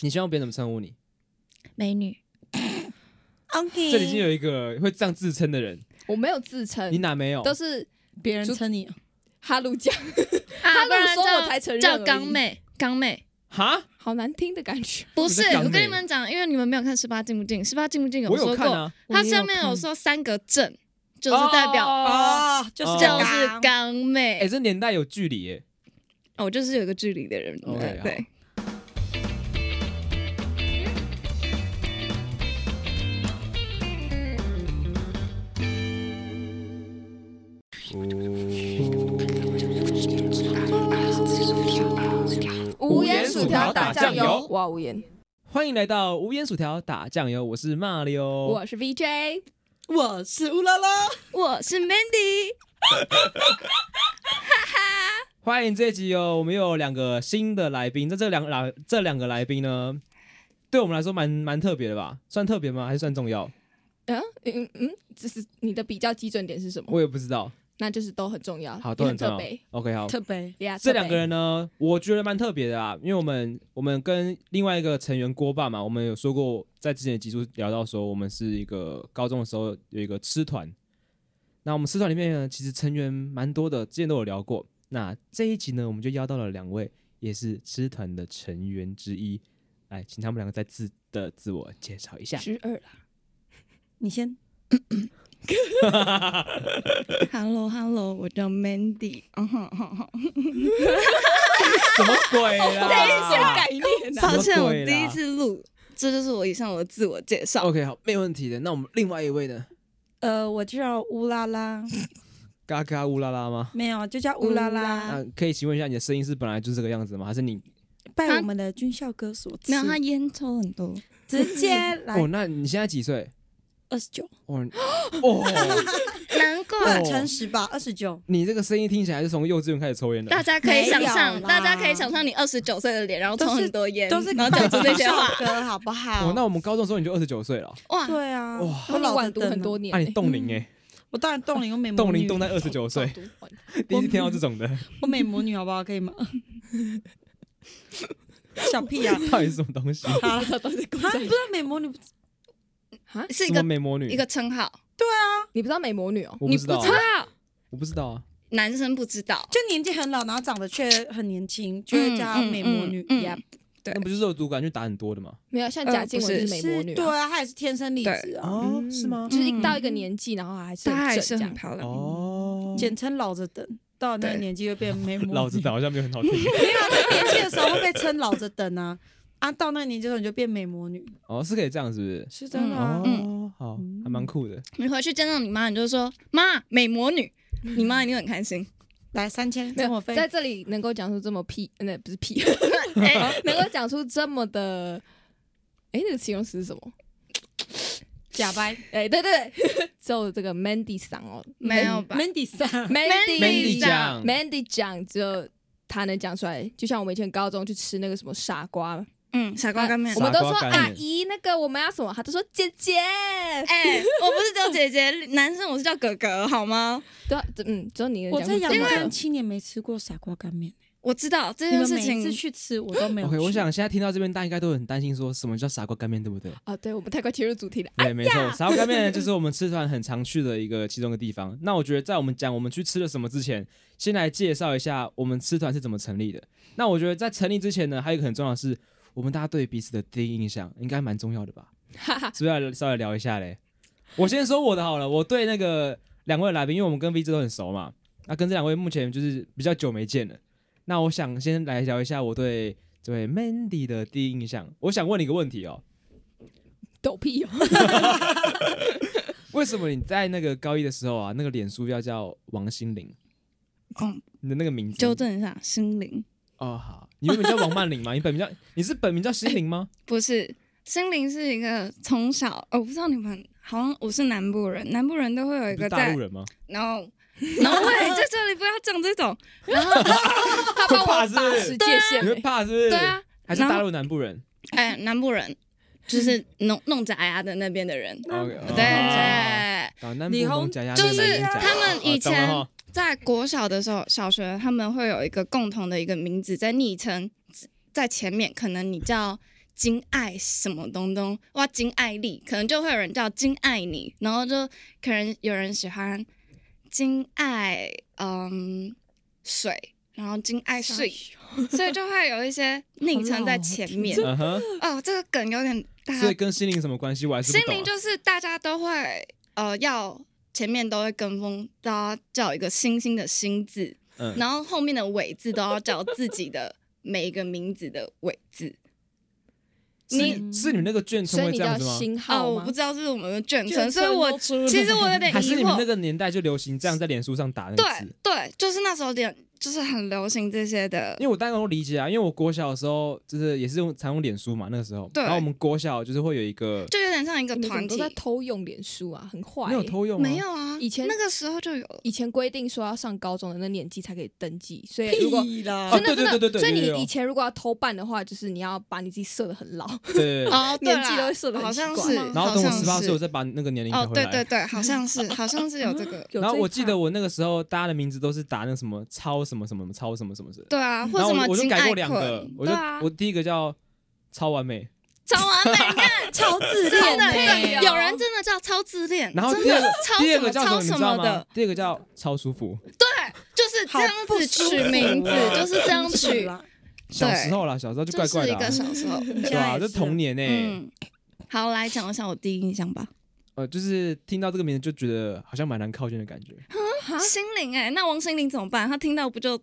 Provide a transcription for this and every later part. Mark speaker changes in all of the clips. Speaker 1: 你希望别人怎么称呼你？
Speaker 2: 美女，
Speaker 3: OK，
Speaker 1: 这里已经有一个会这样自称的人，
Speaker 4: 我没有自称
Speaker 1: 你，哪没有？
Speaker 4: 嗯都是
Speaker 3: 别人称你
Speaker 4: 哈鲁酱，
Speaker 2: 啊，
Speaker 4: 他
Speaker 2: 不
Speaker 4: 如
Speaker 2: 然
Speaker 4: 说我才承
Speaker 2: 叫叫
Speaker 4: 认而已
Speaker 2: 刚妹，刚妹
Speaker 1: 哈，
Speaker 4: 好难听的感觉。
Speaker 2: 不
Speaker 1: 么
Speaker 2: 是
Speaker 1: 叫刚妹
Speaker 2: 我跟你们讲，因为你们没有看十八禁不禁，十八禁不禁
Speaker 1: 我有
Speaker 2: 说
Speaker 1: 看
Speaker 2: 过，
Speaker 1: 啊，
Speaker 2: 它下面有说三个正，就是代表
Speaker 1: 哦。
Speaker 3: 哦，就是
Speaker 2: 就
Speaker 3: 这样
Speaker 2: 是刚妹
Speaker 1: 哎，，这年代有距离耶。
Speaker 2: 哦我就是有一个距离的人，
Speaker 1: OK，
Speaker 2: 对对。
Speaker 1: 无盐薯条打酱油
Speaker 4: 哇，无盐，
Speaker 1: 欢迎来到无盐薯条打酱油，我是马里欧。
Speaker 4: 我是 VJ，
Speaker 3: 我是乌拉拉，
Speaker 2: 我是 Mandy，
Speaker 1: 欢迎这一集哦，我们又有两个新的来宾。那这两来这两个来宾呢，对我们来说蛮蛮特别的吧？算特别吗？还是算重要？
Speaker 4: 嗯嗯嗯，这是你的比较基准点是什么？
Speaker 1: 我也不知道。
Speaker 4: 那就是都很重要，
Speaker 1: 好，都
Speaker 4: 也
Speaker 1: 很重
Speaker 4: 特
Speaker 1: 要
Speaker 4: 别。。
Speaker 1: OK，好，
Speaker 3: 特别
Speaker 4: 呀，
Speaker 1: 这两个人呢，我觉得蛮特别的啦，因为我们我们跟另外一个成员郭爸嘛，我们有说过，在之前的集数聊到说，我们是一个高中的时候有一个吃团，那我们吃团里面呢，其实成员蛮多的，之前都有聊过。那这一集呢，我们就邀到了两位也是吃团的成员之一，来，请他们两个再自的自我介绍一下。
Speaker 4: 十二啊啦，
Speaker 3: 你先
Speaker 2: Hello Hello，我叫 Mandy，嗯哼哼哼，
Speaker 1: 什么鬼啦？
Speaker 4: 概念
Speaker 1: 什么
Speaker 2: 抱歉，我
Speaker 1: 鬼啦啊
Speaker 2: 第一次录，这就是我以上我的自我介绍。
Speaker 1: OK，好，没问题的。那我们另外一位呢？
Speaker 3: 呃，我叫乌拉拉，
Speaker 1: 嘎嘎乌拉拉吗？
Speaker 3: 没有就叫乌拉
Speaker 2: 乌
Speaker 3: 拉，
Speaker 1: 那可以请问一下，你的声音是本来就是这个样子吗？还是你？
Speaker 3: 拜
Speaker 2: 他
Speaker 3: 我们的军校哥所赐
Speaker 2: 没，有，他烟抽很多，
Speaker 3: 直接来
Speaker 1: 哦，那你现在几岁？
Speaker 3: 二十九，
Speaker 1: 哦，你哦，
Speaker 2: 难怪
Speaker 1: 哦
Speaker 3: 很诚实吧，二十九，
Speaker 1: 你这个声音听起来是从幼稚园开始抽烟的
Speaker 2: 大。家可以想象
Speaker 3: 没，有
Speaker 2: 大
Speaker 3: 啦
Speaker 2: 家可以想象你二十九岁的脸，然后抽
Speaker 3: 都是
Speaker 2: 很多烟，
Speaker 3: 都是
Speaker 2: 然后讲出这些话，
Speaker 3: 歌好不好？
Speaker 1: 哦，那我们高中的时候你就二十九岁了哦，
Speaker 2: 哇，
Speaker 3: 对啊，
Speaker 1: 哇
Speaker 3: 我
Speaker 4: 你
Speaker 3: 老
Speaker 4: 晚
Speaker 3: 着
Speaker 4: 读
Speaker 3: 等
Speaker 4: 很
Speaker 3: 啊
Speaker 4: 多年
Speaker 1: 那
Speaker 4: 欸，
Speaker 1: 你冻龄哎，
Speaker 3: 我当然冻龄，我
Speaker 2: 嗯
Speaker 3: 美魔
Speaker 1: 冻龄
Speaker 3: 女
Speaker 1: 冻在二十九岁
Speaker 4: 晚，读晚读
Speaker 1: 第一次听到这种的，
Speaker 3: 我美魔女好不好？可以 吗？小屁 呀、啊！
Speaker 1: 到底是什么东西？
Speaker 3: 好
Speaker 4: 不
Speaker 3: 了，
Speaker 4: 知道都是故
Speaker 3: 啊，
Speaker 4: 障
Speaker 3: 不知道美魔女
Speaker 4: 啊！
Speaker 2: 是一
Speaker 1: 什么
Speaker 2: 个
Speaker 1: 美魔女？
Speaker 2: 一个称号，
Speaker 4: 你不知道美魔女哦？
Speaker 1: 我
Speaker 2: 你
Speaker 1: 不知道啊，
Speaker 2: 道，
Speaker 1: 我不知道啊。
Speaker 2: 男生不知道，
Speaker 3: 就年纪很老，然后长得却很年轻，就会叫她美魔女。
Speaker 2: 嗯嗯嗯
Speaker 4: Yep
Speaker 2: 对
Speaker 1: 那不就是有毒感就打很多的吗？
Speaker 4: 没有，像
Speaker 2: 呃
Speaker 4: 贾静
Speaker 2: 不
Speaker 4: 雯就是是美魔女
Speaker 3: 对
Speaker 4: 啊，
Speaker 3: 啊，她也是天生丽质啊，
Speaker 1: 哦
Speaker 4: 嗯
Speaker 1: 是吗？
Speaker 4: 就是一
Speaker 2: 嗯
Speaker 4: 到一个年纪，然后还是
Speaker 2: 她还
Speaker 4: 很
Speaker 2: 是
Speaker 4: 正这
Speaker 2: 很
Speaker 4: 样。
Speaker 2: 漂亮。
Speaker 1: 哦，
Speaker 2: 嗯
Speaker 3: 简称老着等。到那个
Speaker 2: 对
Speaker 3: 年纪会变美魔 女，
Speaker 1: 老子打好像没有很 好听。
Speaker 3: 没有啊，就年轻的时候会被称老着等啊啊，到那个年纪的时候你就变美魔女，
Speaker 1: 哦，是可以这样，是不是？
Speaker 3: 是真
Speaker 2: 嗯
Speaker 3: 的啊。
Speaker 1: 哦，好，还蛮酷的。
Speaker 2: 你回去见到你妈，你就说妈，美魔女，
Speaker 3: 嗯
Speaker 2: 你妈一定很开 心。
Speaker 3: 来三千，
Speaker 4: 没
Speaker 3: 跟
Speaker 4: 有
Speaker 3: 我飞，
Speaker 4: 在这里能够讲出这么屁，呃那不是屁，
Speaker 2: 哎，
Speaker 4: 能够讲出这么的，哎，那个形容词是什么？
Speaker 3: 假掰
Speaker 4: 哎，对对，对 只有这个 Mandy 桑哦，
Speaker 2: 没有吧
Speaker 3: 哎，Mandy 三，
Speaker 4: Mandy
Speaker 2: Mandy
Speaker 1: 酱
Speaker 4: Mandy 讲只有他能讲出来，就像我们以前高中去吃那个什么傻瓜，
Speaker 2: 嗯，傻瓜干面
Speaker 4: 我。们都说
Speaker 1: 傻瓜干
Speaker 4: 阿
Speaker 1: 面
Speaker 4: 姨那个我们要什么，他都说姐姐，
Speaker 2: 哎，我不是叫姐姐，男生我是叫哥哥，好吗？
Speaker 4: 对啊，只嗯，只有你能
Speaker 3: 我
Speaker 4: 讲
Speaker 3: 在
Speaker 4: 出这
Speaker 3: 阳
Speaker 4: 个
Speaker 3: 山七年没吃过傻瓜干面，
Speaker 2: 我知道这
Speaker 3: 你
Speaker 2: 件
Speaker 3: 们
Speaker 2: 事
Speaker 3: 每
Speaker 2: 情
Speaker 3: 一次去吃我都没有去。
Speaker 1: OK，我想现在听到这边，大家应该都很担心，说什么叫傻瓜干面，对不对？
Speaker 4: 啊，对，我们太快切入主 题了。
Speaker 1: 对，没错，沙锅哎干面就是我们吃团很常去的一个其中一个地方。那我觉得，在我们讲我们去吃了什么之前，先来介绍一下我们吃团是怎么成立的。那我觉得在成立之前呢，还有一个很重要的是，我们大家对彼此的第一印象应该蛮重要的 吧？是不是要稍微聊一下嘞？我先说我的好了，我对那个两位来宾，因为我们跟 V 字都很熟嘛，那跟这两位目前就是比较久没见了。那我想先来聊一下我对这位 Mandy 的第一印象。我想问你一个问题哦，
Speaker 4: 抖屁哦！
Speaker 1: 为什么你在那个高一的时候啊，那个脸书要叫王心凌？
Speaker 2: 嗯
Speaker 1: 你的那个名字
Speaker 2: 纠正一下，心灵
Speaker 1: 哦，好，你原本叫王曼玲 吗？你本名叫你是本名叫心凌吗？
Speaker 2: 不是心灵是一个从小，哦我不知道你们好像我是南部人，南部人都会有一
Speaker 1: 你不
Speaker 2: 个
Speaker 1: 是大
Speaker 2: 在
Speaker 1: 陆，人吗？
Speaker 2: 然后然后喂，在这里不要讲这种，然后
Speaker 4: 他帮我
Speaker 1: 怕
Speaker 4: 把
Speaker 1: 是
Speaker 4: 持界
Speaker 1: 你
Speaker 4: 限
Speaker 1: 会
Speaker 4: 欸，
Speaker 1: 怕是不是？
Speaker 2: 对啊，
Speaker 1: 还是大陆南部人？
Speaker 2: 哎，南部人就是弄弄假牙的那边的人，
Speaker 1: OK，
Speaker 2: 对，
Speaker 1: 哦搞南部
Speaker 3: 李红
Speaker 1: 农家鸭
Speaker 2: 就
Speaker 1: 绿南
Speaker 2: 是
Speaker 1: 京
Speaker 2: 他们以
Speaker 1: 假哦懂了
Speaker 2: 前
Speaker 1: 哦
Speaker 2: 在国小的时候，小学他们会有一个共同的一个名字在昵称在前面，可能你叫金爱什么东东，哇，金爱丽，可能就会有人叫金爱你，然后就可能有人喜欢金爱嗯水，然后金爱
Speaker 4: 傻
Speaker 2: 睡，所以就会有一些昵称在前面。
Speaker 1: 嗯哼，
Speaker 2: 哦，这个梗有点大家
Speaker 1: 所以跟心灵有什么关系？我还是不
Speaker 2: 心
Speaker 1: 懂啊
Speaker 2: 灵就是大家都会呃要前面都会跟风，都要叫一个星星的星字，
Speaker 1: 嗯
Speaker 2: 然后后面的尾字都要叫自己的每一个名字的尾字。
Speaker 1: 是是你们那个卷
Speaker 4: 所
Speaker 1: 称
Speaker 4: 以
Speaker 1: 会
Speaker 4: 你
Speaker 1: 这
Speaker 4: 叫
Speaker 1: 样子吗？
Speaker 4: 星
Speaker 2: 哦，
Speaker 4: 号
Speaker 2: 我
Speaker 4: 吗
Speaker 2: 不？知道这是我们的卷
Speaker 3: 卷
Speaker 2: 称，所以
Speaker 3: 称
Speaker 2: 我
Speaker 3: 都出了
Speaker 2: 其实我有点
Speaker 1: 还
Speaker 2: 疑
Speaker 1: 是你们那
Speaker 2: 惑。
Speaker 1: 个年代就流行这样在脸书上打那个
Speaker 2: 对
Speaker 1: 字？
Speaker 2: 对，就是那时候点就是很流行这些的
Speaker 1: 因为我大概能够理解啊，因为我国小的时候就是也是用常用脸书嘛，那个时候，
Speaker 2: 对
Speaker 1: 然后我们国小就是会有一个，
Speaker 2: 就有点像一个
Speaker 4: 你们怎
Speaker 2: 团
Speaker 4: 么都
Speaker 2: 体。
Speaker 4: 在偷用脸书啊，很坏
Speaker 1: 没
Speaker 4: 欸、
Speaker 1: 有偷用吗？
Speaker 2: 没有啊，
Speaker 4: 以前
Speaker 2: 那个时候就有了。
Speaker 4: 以前规定说要上高中的那年纪才可以登记，所以如果
Speaker 3: 啦。
Speaker 1: 哦
Speaker 4: 真
Speaker 1: 对
Speaker 4: 的真的，
Speaker 1: 对对对
Speaker 4: 所以
Speaker 1: 有有有
Speaker 4: 你以前如果要偷办的话，就是你要把你自己设的很老，
Speaker 1: 对对。对
Speaker 2: 哦，对
Speaker 4: 年纪
Speaker 2: 啦
Speaker 4: 都会设得很
Speaker 2: 好像
Speaker 4: 奇
Speaker 2: 是
Speaker 4: 怪，
Speaker 1: 然后等我
Speaker 2: 好像
Speaker 1: 十八岁，
Speaker 2: 是
Speaker 1: 我再把那个年龄改
Speaker 2: 哦，
Speaker 1: 回
Speaker 2: 对
Speaker 1: 来。
Speaker 2: 对对，好像是，好像是有这个
Speaker 3: 有
Speaker 1: 然后
Speaker 3: 这一
Speaker 1: 我记
Speaker 3: 趴
Speaker 1: 得我那个时候大家的名字都是打那个什么超什么什么什么超什么什么什么，
Speaker 2: 对啊，或
Speaker 1: 然后
Speaker 2: 者什么
Speaker 1: 我我就
Speaker 2: 金
Speaker 1: 改
Speaker 2: 爱
Speaker 1: 过两个
Speaker 2: 困，
Speaker 1: 我就
Speaker 2: 对啊，
Speaker 1: 我第一个叫超完美，
Speaker 2: 超完美，你看
Speaker 3: 超自
Speaker 2: 真
Speaker 3: 恋
Speaker 2: 的
Speaker 3: 欸
Speaker 2: 有人真的叫超自恋，
Speaker 1: 然后
Speaker 2: 真
Speaker 1: 第二
Speaker 2: 的
Speaker 1: 个第二个
Speaker 2: 超什么
Speaker 1: 叫什
Speaker 2: 超
Speaker 1: 么你
Speaker 2: 什
Speaker 1: 知道
Speaker 2: 么
Speaker 1: 吗
Speaker 2: 的，？
Speaker 1: 第二个叫超舒服，
Speaker 2: 就是这样子取名字
Speaker 3: 好不舒服，啊
Speaker 2: 就是这样 取，
Speaker 3: 啦。
Speaker 1: 小时候啦，小时候就怪
Speaker 2: 就是
Speaker 1: 怪
Speaker 2: 一
Speaker 1: 的啊
Speaker 2: 个，小时候。
Speaker 1: 对吧？
Speaker 3: 现在
Speaker 1: 这
Speaker 3: 也是
Speaker 1: 童年哎，
Speaker 2: 嗯，好，来讲一下我第一印象吧。
Speaker 1: 呃，就是听到这个名字就觉得好像蛮难靠近的感觉。
Speaker 2: 心灵哎，那王心凌怎么办？她听到不就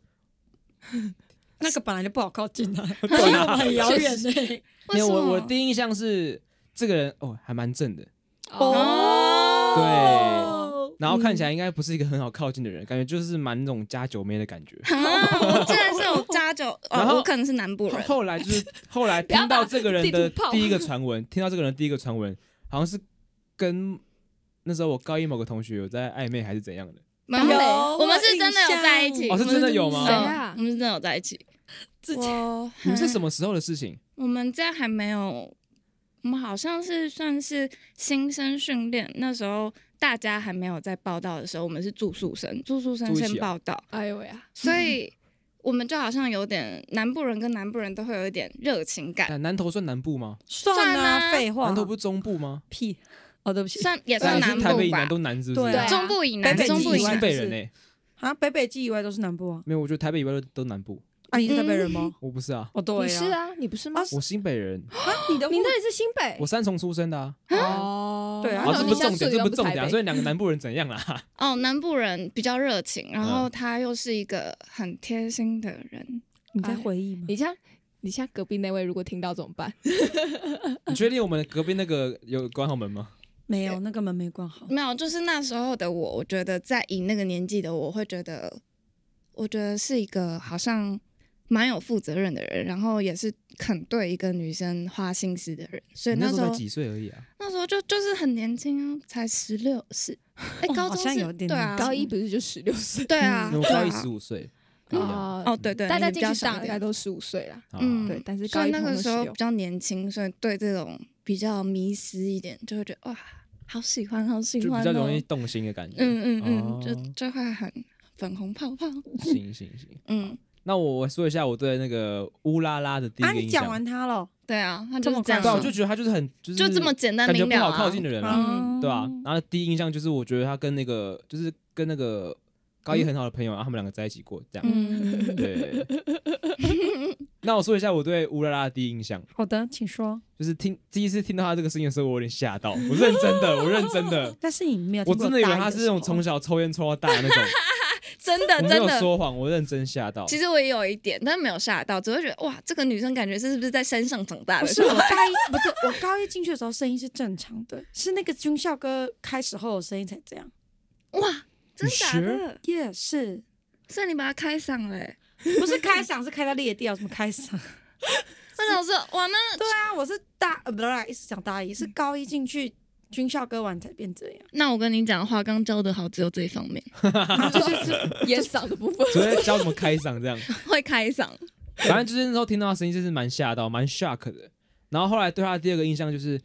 Speaker 3: 那个本来就不好靠近啊，距离我们很遥远欸呢。
Speaker 2: 为
Speaker 1: 因为
Speaker 2: 什
Speaker 1: 我我
Speaker 2: 么？啊
Speaker 1: 第一印象是这个人哦，还蛮正的，
Speaker 3: 哦，
Speaker 1: 然后看起来应该不是一个很好靠近的人，感觉就是蛮那种加九妹的感觉。
Speaker 2: 啊，我真的是有扎酒，
Speaker 1: 然后
Speaker 2: 哦，我可能是南部
Speaker 1: 后
Speaker 2: 人。
Speaker 1: 后来就是后来
Speaker 4: 不要
Speaker 1: 听到这个人的
Speaker 4: 打地图炮
Speaker 1: 第一个传闻，听到这个人的第一个传闻，好像是跟那时候我高一某个同学有在暧昧还是怎样的。
Speaker 2: 蛮美，
Speaker 4: 有
Speaker 2: 我们
Speaker 3: 我
Speaker 2: 是
Speaker 3: 有
Speaker 2: 真的有
Speaker 3: 印象
Speaker 2: 在一起。
Speaker 1: 哦是真的有吗
Speaker 4: 谁啊
Speaker 2: 我们是真的有在一起。
Speaker 3: 自己
Speaker 4: 我
Speaker 1: 你们是什么时候的事情？
Speaker 2: 我们在还没有，我们好像是算是新生训练，那时候大家还没有在报道的时候，我们是住宿生，住宿生
Speaker 1: 住一
Speaker 2: 先
Speaker 1: 起啊
Speaker 2: 报道，
Speaker 4: 哎呦喂啊，
Speaker 1: 嗯
Speaker 2: 所以我们就好像有点南部人跟南部人都会有一点热情感，
Speaker 1: 啊南投算南部吗？
Speaker 3: 算啦，
Speaker 2: 啊
Speaker 3: 废话，
Speaker 1: 南投不是中部吗？
Speaker 3: 屁。哦，对不起，
Speaker 2: 算也
Speaker 1: 但
Speaker 2: 算
Speaker 1: 你
Speaker 2: 南
Speaker 1: 是台北
Speaker 2: 部
Speaker 1: 以南
Speaker 2: 吧，
Speaker 1: 都南是不是？
Speaker 3: 对啊
Speaker 2: 中部以南，
Speaker 3: 北北
Speaker 2: 中
Speaker 1: 你
Speaker 2: 部
Speaker 1: 是
Speaker 2: 以
Speaker 3: 以
Speaker 1: 新
Speaker 2: 南
Speaker 3: 南。
Speaker 1: 北人呢？
Speaker 3: 啊，北北基以外都是南部啊。
Speaker 1: 没有，我觉得台北以外都都南部。
Speaker 3: 啊，你是台北人吗？
Speaker 1: 我不是啊，
Speaker 3: 哦，对
Speaker 4: 你是啊，你不是吗
Speaker 3: 啊？
Speaker 1: 我新北人，
Speaker 3: 啊，你的
Speaker 4: 你那里是新北
Speaker 1: 我三重出生的啊。
Speaker 4: 哦
Speaker 3: 对啊
Speaker 1: 啊，
Speaker 3: 然
Speaker 1: 这
Speaker 3: 后
Speaker 1: 不
Speaker 3: 你
Speaker 1: 是重点，这不是重点啊。所
Speaker 4: 以
Speaker 1: 以两个南部人怎样啊 啦？
Speaker 2: 哦，南部人比较热情，然后
Speaker 1: 嗯
Speaker 2: 他又是一个很贴心的人，
Speaker 3: 你在回忆吗？
Speaker 4: 你像你像隔壁那位，如果听到怎么办？
Speaker 1: 你确定我们隔壁那个有关好门吗？
Speaker 3: 没有，那个门没关
Speaker 1: 嗯
Speaker 3: 好。
Speaker 2: 没有，就是那时候的我，我觉得在以那个年纪的我，会觉得，我觉得是一个好像蛮有负责任的人，然后也是肯对一个女生花心思的人，所以
Speaker 1: 你那
Speaker 2: 时
Speaker 1: 时
Speaker 2: 候
Speaker 1: 候才几岁而已啊。
Speaker 2: 那时候就就是很年轻啊，才十六是，哎、
Speaker 3: 哦
Speaker 2: 高
Speaker 3: 好
Speaker 2: 中
Speaker 3: 像
Speaker 2: 是
Speaker 3: 有点嗯
Speaker 2: 对啊，
Speaker 4: 高一不是就十六岁？
Speaker 2: 对啊，
Speaker 1: 我
Speaker 2: 对
Speaker 1: 高一
Speaker 2: 啊
Speaker 1: 十，五岁。跟你一样
Speaker 4: 啊
Speaker 2: 哦 对对，
Speaker 4: 大家
Speaker 2: 你比
Speaker 4: 进
Speaker 2: 较
Speaker 4: 去
Speaker 2: 小
Speaker 4: 大
Speaker 2: 一
Speaker 4: 概
Speaker 2: 点，
Speaker 4: 都十五岁啦。
Speaker 1: 啊
Speaker 2: 嗯
Speaker 4: 对，但是
Speaker 2: 所
Speaker 4: 高
Speaker 2: 以
Speaker 4: 一
Speaker 2: 那
Speaker 4: 同
Speaker 2: 个
Speaker 4: 学
Speaker 2: 时候
Speaker 4: 16
Speaker 2: 比较年轻，所以对这种比较迷失一点，就会觉得哇，好喜欢，好喜
Speaker 1: 就
Speaker 2: 欢、
Speaker 1: 比
Speaker 2: 哦，
Speaker 1: 较容易动心的感觉。
Speaker 2: 嗯嗯嗯，就
Speaker 1: 哦
Speaker 2: 就会很粉红泡泡。
Speaker 1: 行行行。
Speaker 2: 嗯，
Speaker 1: 那我我说一下我对那个乌拉拉的第一
Speaker 3: 啊，
Speaker 1: 个
Speaker 3: 你
Speaker 1: 印象。
Speaker 3: 讲完他了，
Speaker 2: 对啊，他
Speaker 3: 这
Speaker 2: 就是
Speaker 3: 么
Speaker 2: 这样
Speaker 3: 快
Speaker 1: 对啊，
Speaker 2: 啊，
Speaker 1: 我就觉得他就是很就是
Speaker 2: 就这么简单
Speaker 1: 感觉
Speaker 2: 明
Speaker 1: 不
Speaker 2: 了
Speaker 1: 好
Speaker 2: 啊。
Speaker 1: 靠近的人啊，
Speaker 2: 嗯
Speaker 1: 对啊。然后第一印象就是我觉得他跟那个就是跟那个高一很好的朋友，然后他们两个在一起过这样。
Speaker 2: 嗯，
Speaker 1: 对。 那我说一下我对乌拉拉的第一印象，
Speaker 3: 好的，请说。
Speaker 1: 就是听第一次听到他这个声音的时候，我有点吓到，我认真 的，我认真的。
Speaker 3: 但是你没有听
Speaker 1: 我
Speaker 3: 过
Speaker 1: 真
Speaker 3: 大一
Speaker 1: 的
Speaker 3: 的
Speaker 1: 以为他是那种
Speaker 3: 时候
Speaker 1: 从小抽烟抽到大的那种，
Speaker 2: 真的
Speaker 1: 我没
Speaker 2: 真
Speaker 1: 有
Speaker 2: 的。
Speaker 1: 说谎，我认真吓到。
Speaker 2: 其实我也有一点，但没有吓到，只会觉得哇，这个女生感觉是不是在山上长大
Speaker 3: 不
Speaker 2: 的？
Speaker 3: 是我大一，不是我高一进去的时候声音是正常的，是那个军校歌开始后的声音才这样。
Speaker 2: 哇，真假的？
Speaker 3: 也是，
Speaker 2: 所以你把它开嗓嘞、欸？
Speaker 3: 不是开嗓，是开到裂掉，什么开嗓？
Speaker 2: 那老师，哇，那
Speaker 3: 对 啊，我是大呃不是啦一直讲大一，是高一进去军校歌完才变这样。
Speaker 2: 那我跟你讲，话刚教的好只有这一方 面，
Speaker 3: 这 就是
Speaker 4: 烟嗓的部 分。
Speaker 1: 昨天教怎么开嗓 这样，
Speaker 2: 会开嗓。
Speaker 1: 反正就是那时候听到他声音，就是蛮吓到，蛮 shock 的。然后后来对他的第二个印象就是，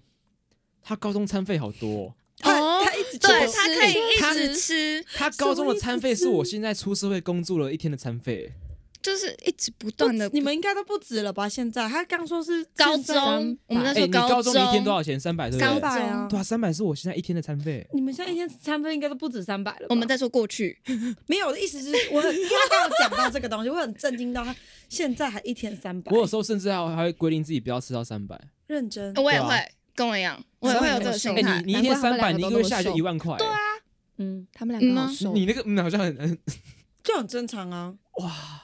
Speaker 1: 他高中餐费好多、哦，
Speaker 2: 哦
Speaker 3: 他他一直
Speaker 2: 对，
Speaker 4: 就是
Speaker 2: 她可以一
Speaker 1: 她
Speaker 2: 直吃。
Speaker 1: 他高中的餐费是我现在出社会工作了一天的餐费、
Speaker 2: 就是一直不
Speaker 3: 不
Speaker 2: 断的
Speaker 3: 止你们应该都不止了吧？现在他刚说是
Speaker 2: 高
Speaker 3: 现在
Speaker 2: 中，我们那
Speaker 1: 哎，
Speaker 2: 时候
Speaker 1: 你高中
Speaker 2: 中
Speaker 1: 你一天多少钱？三百对不
Speaker 2: 三
Speaker 1: 对？
Speaker 3: 百啊
Speaker 1: 对啊，三百是我现在一天的餐费。
Speaker 3: 你们现在一天餐费应该都不止三百了吧。
Speaker 2: 我们在说过去，
Speaker 3: 没有我的意思是，我很因为他刚刚讲到这个东西，我很震惊到他现在还一天三百
Speaker 1: 我，有时候甚至还还会规定自己不要吃到三百。
Speaker 3: 认真。
Speaker 2: 我也
Speaker 1: 对啊
Speaker 2: 会跟我一样，我也会有这个心
Speaker 1: 哎，
Speaker 2: 态。
Speaker 1: 你你一天
Speaker 4: 难怪他
Speaker 1: 三
Speaker 4: 们
Speaker 1: 百，
Speaker 4: 两
Speaker 1: 你一
Speaker 4: 个都
Speaker 1: 个
Speaker 4: 那
Speaker 1: 月
Speaker 4: 么
Speaker 1: 下来就
Speaker 4: 瘦
Speaker 1: 一万块。对啊，
Speaker 4: 嗯，他们两
Speaker 2: 嗯
Speaker 4: 个好
Speaker 2: 吗
Speaker 4: 瘦，
Speaker 1: 你那个嗯好像很很。
Speaker 3: 就很正常啊，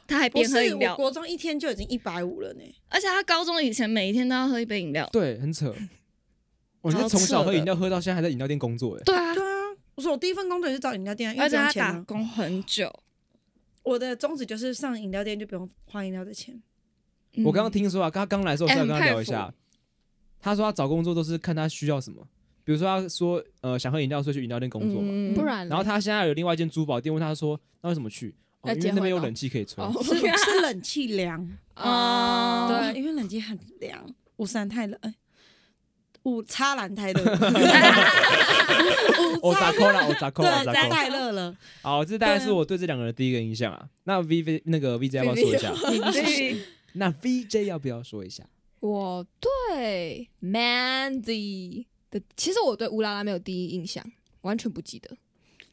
Speaker 2: 他还
Speaker 3: 不
Speaker 2: 边喝
Speaker 3: 是
Speaker 2: 饮
Speaker 3: 我
Speaker 2: 料，
Speaker 3: 国中一天就已经一百五了呢，
Speaker 2: 而且他高中以前每一天都要喝一杯饮料
Speaker 1: 对，很扯。我觉得
Speaker 2: 超
Speaker 1: 从小
Speaker 2: 扯
Speaker 1: 喝
Speaker 2: 的
Speaker 1: 饮料喝到现在还在饮料店工作，哎，
Speaker 2: 对啊
Speaker 3: 对，啊，我说我第一份工作也是找饮料店啊，因
Speaker 2: 而
Speaker 3: 为不
Speaker 2: 且
Speaker 3: 用
Speaker 2: 他
Speaker 3: 钱
Speaker 2: 打
Speaker 3: 啊。
Speaker 2: 工很久。
Speaker 3: 我的宗旨就是上饮料店就不用花饮料的钱，
Speaker 2: 嗯
Speaker 1: 我刚刚听说啊，他刚来的时候，我
Speaker 2: 哎
Speaker 1: 稍微跟
Speaker 2: 很
Speaker 1: 他聊一
Speaker 2: 佩服
Speaker 1: 下，他说他找工作都是看他需要什么，比如说他说呃想喝饮料，所以去饮料店工作嘛。
Speaker 2: 嗯
Speaker 4: 不然嘞
Speaker 1: 然后他现在有另外一间珠宝店，问他说那为什么去？哦，
Speaker 4: 要
Speaker 1: 因
Speaker 4: 结
Speaker 1: 为那
Speaker 4: 婚
Speaker 1: 边有
Speaker 4: 哦
Speaker 1: 冷气可以吹。
Speaker 4: 哦
Speaker 3: 是是冷气凉，
Speaker 2: 哦
Speaker 4: 对，
Speaker 3: 对，因为冷气很凉，五三太冷，哎五叉蓝太 热，
Speaker 1: 我砸哦扣了，我砸扣了，
Speaker 3: 对，
Speaker 1: 砸扣。
Speaker 3: 太热了。
Speaker 1: 好，这大概
Speaker 3: 对啊
Speaker 1: 是我对这两个人的第一个印象啊。那 V V 那个 V J 要不要说一下？
Speaker 2: 嗯
Speaker 1: 那 V J 要不要说一下？
Speaker 4: 我对 Mandy 的，其实我对乌拉拉没有第一印象，完全不记得，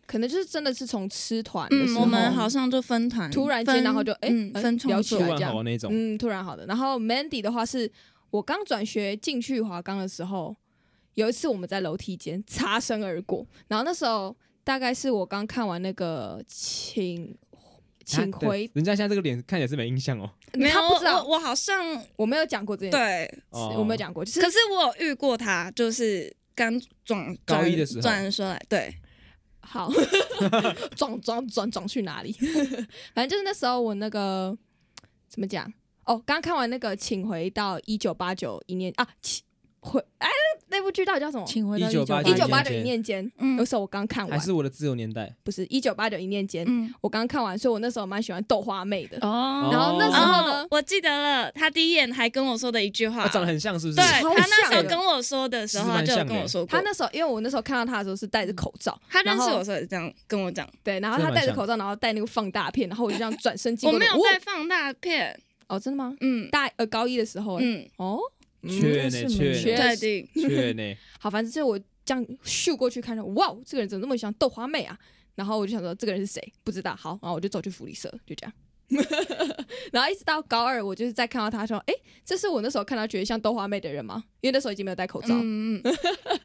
Speaker 4: 可能就是真的是从吃团的时
Speaker 2: 嗯，
Speaker 4: 候，
Speaker 2: 我们好像就分团，
Speaker 4: 突然间
Speaker 2: 分
Speaker 4: 然后就哎
Speaker 2: 嗯，
Speaker 4: 哎
Speaker 2: 分
Speaker 4: 聊
Speaker 2: 创
Speaker 4: 起
Speaker 1: 突
Speaker 2: 作
Speaker 4: 来
Speaker 1: 然
Speaker 4: 这样
Speaker 1: 好那种，
Speaker 4: 嗯，突然好的。然后 Mandy 的话是我刚转学进去华冈的时候，有一次我们在楼梯间擦身而过，然后那时候大概是我刚看完那个请请
Speaker 1: 啊对
Speaker 4: 回，
Speaker 1: 人家现在这个脸看起来是没印象哦。
Speaker 2: 没有，
Speaker 4: 他不知
Speaker 2: 我
Speaker 4: 道，
Speaker 2: 我好像
Speaker 4: 我没有讲过这件事，
Speaker 2: 对，
Speaker 1: 哦
Speaker 4: 我没有讲过，就是
Speaker 2: 可是我有遇过他，就是刚转
Speaker 1: 高
Speaker 2: 转
Speaker 1: 一的时候
Speaker 2: 转说来，对，
Speaker 4: 好，转转转转去哪里？ 反正就是那时候我那个怎么讲？哦，刚看完那个《请回到一九八九一念》啊，请回哎那部剧到底叫什么？
Speaker 3: 请回
Speaker 1: 到1989
Speaker 4: 一
Speaker 1: 1989
Speaker 4: 哦九八九一念间。
Speaker 2: 嗯
Speaker 4: 那时候我刚看
Speaker 1: 还
Speaker 4: 完，
Speaker 1: 是我的自由年代。
Speaker 4: 不是一九八九一念间，
Speaker 2: 嗯，
Speaker 4: 我刚看完，所以我那时候蛮喜欢豆花妹的。
Speaker 2: 哦
Speaker 4: 然后那时候呢，
Speaker 2: 我记得了，他第一眼还跟我说的一句话，
Speaker 1: 啊，长得很像是不是？
Speaker 2: 对
Speaker 4: 超
Speaker 2: 他那时候
Speaker 4: 像的
Speaker 2: 跟我说的时候，
Speaker 1: 其实
Speaker 2: 他
Speaker 1: 蛮
Speaker 2: 就有
Speaker 1: 像的
Speaker 2: 跟我说
Speaker 4: 她
Speaker 2: 过，
Speaker 4: 那时候因为我那时候看到她的时候是戴着口罩，
Speaker 2: 他认识
Speaker 4: 然
Speaker 2: 我
Speaker 4: 后
Speaker 2: 的时候也这样跟我讲，
Speaker 4: 对，然后
Speaker 1: 真
Speaker 4: 她
Speaker 1: 的蛮
Speaker 4: 戴着
Speaker 1: 像
Speaker 4: 口罩，然后戴那个放大片，然后我就这样转身经
Speaker 2: 我
Speaker 4: 过
Speaker 2: 没
Speaker 4: 那个，
Speaker 2: 有带放大片，
Speaker 4: 哦哦，真的吗？
Speaker 2: 嗯
Speaker 4: 大呃高一的时候欸，
Speaker 2: 嗯，
Speaker 4: 哦，嗯
Speaker 1: 缺
Speaker 3: 是
Speaker 1: 呢，
Speaker 3: 吗
Speaker 1: 缺
Speaker 4: 确
Speaker 1: 呢，
Speaker 2: 确
Speaker 4: 实
Speaker 2: 定，
Speaker 1: 缺呢。
Speaker 4: 好，反正就是我这样咻过去看着，哇，这个人怎么那么像豆花妹啊？然后我就想说这个人是谁？不知道。好，然后我就走去福利社，就这样。 然后一直到高二，我就是在看到他说，哎、这是我那时候看到觉得像豆花妹的人吗？因为那时候已经没有戴口罩。啊，
Speaker 2: 嗯嗯 嗯，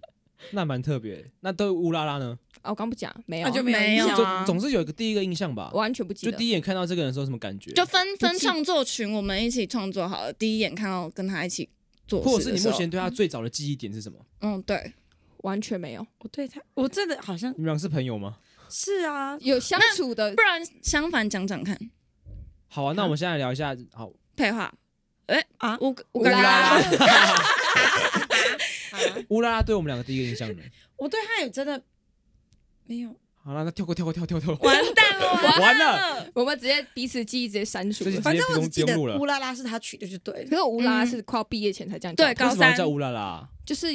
Speaker 1: 那蛮特别的。那对乌拉拉呢？
Speaker 4: 啊我刚不讲，没有，
Speaker 3: 那就没有
Speaker 2: 没
Speaker 3: 印
Speaker 2: 有
Speaker 3: 象
Speaker 2: 啊
Speaker 1: 就，总是有一个第一个印象吧。
Speaker 4: 完全不记
Speaker 1: 就
Speaker 4: 得。
Speaker 1: 第一眼看到这个人的时候什么感觉？
Speaker 2: 就分分
Speaker 4: 不记
Speaker 2: 创作群，我们一起创作好了，第一眼看到跟他一起做
Speaker 1: 或者
Speaker 2: 事
Speaker 1: 是
Speaker 2: 的
Speaker 1: 你
Speaker 2: 时候，
Speaker 1: 目前对他最早的记忆点是什么？
Speaker 2: 嗯对，
Speaker 4: 完全没有，
Speaker 3: 我对他，我真的好像
Speaker 1: 你们俩是朋友吗？
Speaker 3: 是啊，
Speaker 4: 有相处的
Speaker 2: 不然相反讲讲看，
Speaker 1: 好啊，那我们现在聊一下。好，
Speaker 2: 配话，哎
Speaker 3: 啊
Speaker 2: 我我
Speaker 4: 乌
Speaker 2: 刚
Speaker 4: 拉
Speaker 2: 刚
Speaker 4: 拉，
Speaker 2: 啊
Speaker 1: 乌拉拉对我们两个第一个印象呢？
Speaker 3: 我对他也真的没有。
Speaker 1: 好了，那跳过，跳过，跳过跳过。
Speaker 2: 完蛋了，
Speaker 1: 完
Speaker 2: 了，
Speaker 4: 我们直接彼此记忆直接删除
Speaker 1: 这就
Speaker 4: 了。
Speaker 1: 直
Speaker 3: 反
Speaker 1: 接
Speaker 3: 正
Speaker 1: 不
Speaker 3: 我只
Speaker 1: 用
Speaker 3: 记
Speaker 1: 不用
Speaker 3: 得
Speaker 1: 录了
Speaker 3: 乌拉拉是他取的就对了。
Speaker 4: 可是我乌拉
Speaker 2: 嗯
Speaker 4: 是快要毕业前才这样叫
Speaker 2: 对
Speaker 4: 的，
Speaker 2: 高
Speaker 1: 为什么要
Speaker 2: 三
Speaker 1: 叫乌拉拉
Speaker 4: 就是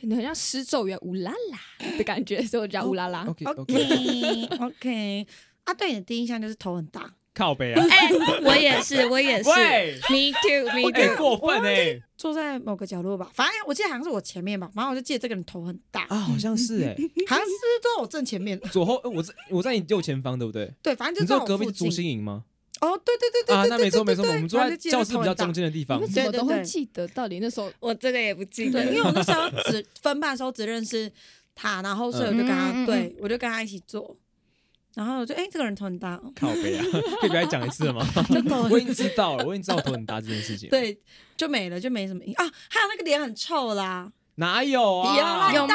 Speaker 4: 很像施咒语乌拉拉的感觉，所以我叫乌拉拉。
Speaker 1: ？OK OK，
Speaker 3: 啊 OK OK，啊，对你的第一印象就是头很大，
Speaker 1: 靠北啊！
Speaker 2: 哎，我也是，我也是
Speaker 1: 喂，
Speaker 2: ，me too，me
Speaker 1: 哎，
Speaker 2: too，
Speaker 1: 过分哎！
Speaker 3: 坐在某个角落吧，反正我记得好像是我前面吧，反正我就记得这个人头很大，
Speaker 1: 啊，好像是哎，
Speaker 3: 好像是不是坐在我正前面？
Speaker 1: 左后，呃我在我在你右前方，对不对？
Speaker 3: 对，反正
Speaker 1: 你
Speaker 3: 就
Speaker 1: 知
Speaker 3: 坐
Speaker 1: 道
Speaker 3: 在
Speaker 1: 隔
Speaker 3: 我
Speaker 1: 壁
Speaker 3: 附
Speaker 1: 是竹
Speaker 3: 近。
Speaker 1: 心营吗？
Speaker 3: 哦，对对对对，
Speaker 1: 啊，
Speaker 3: 对
Speaker 1: 那没错没错，
Speaker 3: 对
Speaker 1: 我们坐在
Speaker 3: 反正就记得
Speaker 1: 教室
Speaker 3: 头
Speaker 1: 比
Speaker 3: 很
Speaker 1: 较
Speaker 3: 大
Speaker 1: 中间的地
Speaker 4: 你
Speaker 1: 方
Speaker 4: 们。怎么都
Speaker 3: 对
Speaker 4: 会
Speaker 3: 对对
Speaker 4: 记得到底那时候
Speaker 2: 我这个也不记
Speaker 3: 对，
Speaker 2: 得
Speaker 3: 因，为我那时候只分班的时候只认识他，然后所以我就跟他，
Speaker 2: 嗯
Speaker 3: 对我就跟他一起坐，然后我就哎、这个人头 很大哦，
Speaker 1: 靠北啊，可以不要再讲一次了吗？
Speaker 3: 就头
Speaker 1: 我已经知道了，我已经知道头很大这件事情。，
Speaker 3: 对就没了，就没什么印啊。还有那个脸很臭啦，
Speaker 1: 哪有
Speaker 3: 有啦
Speaker 1: 啊？
Speaker 2: 有吗？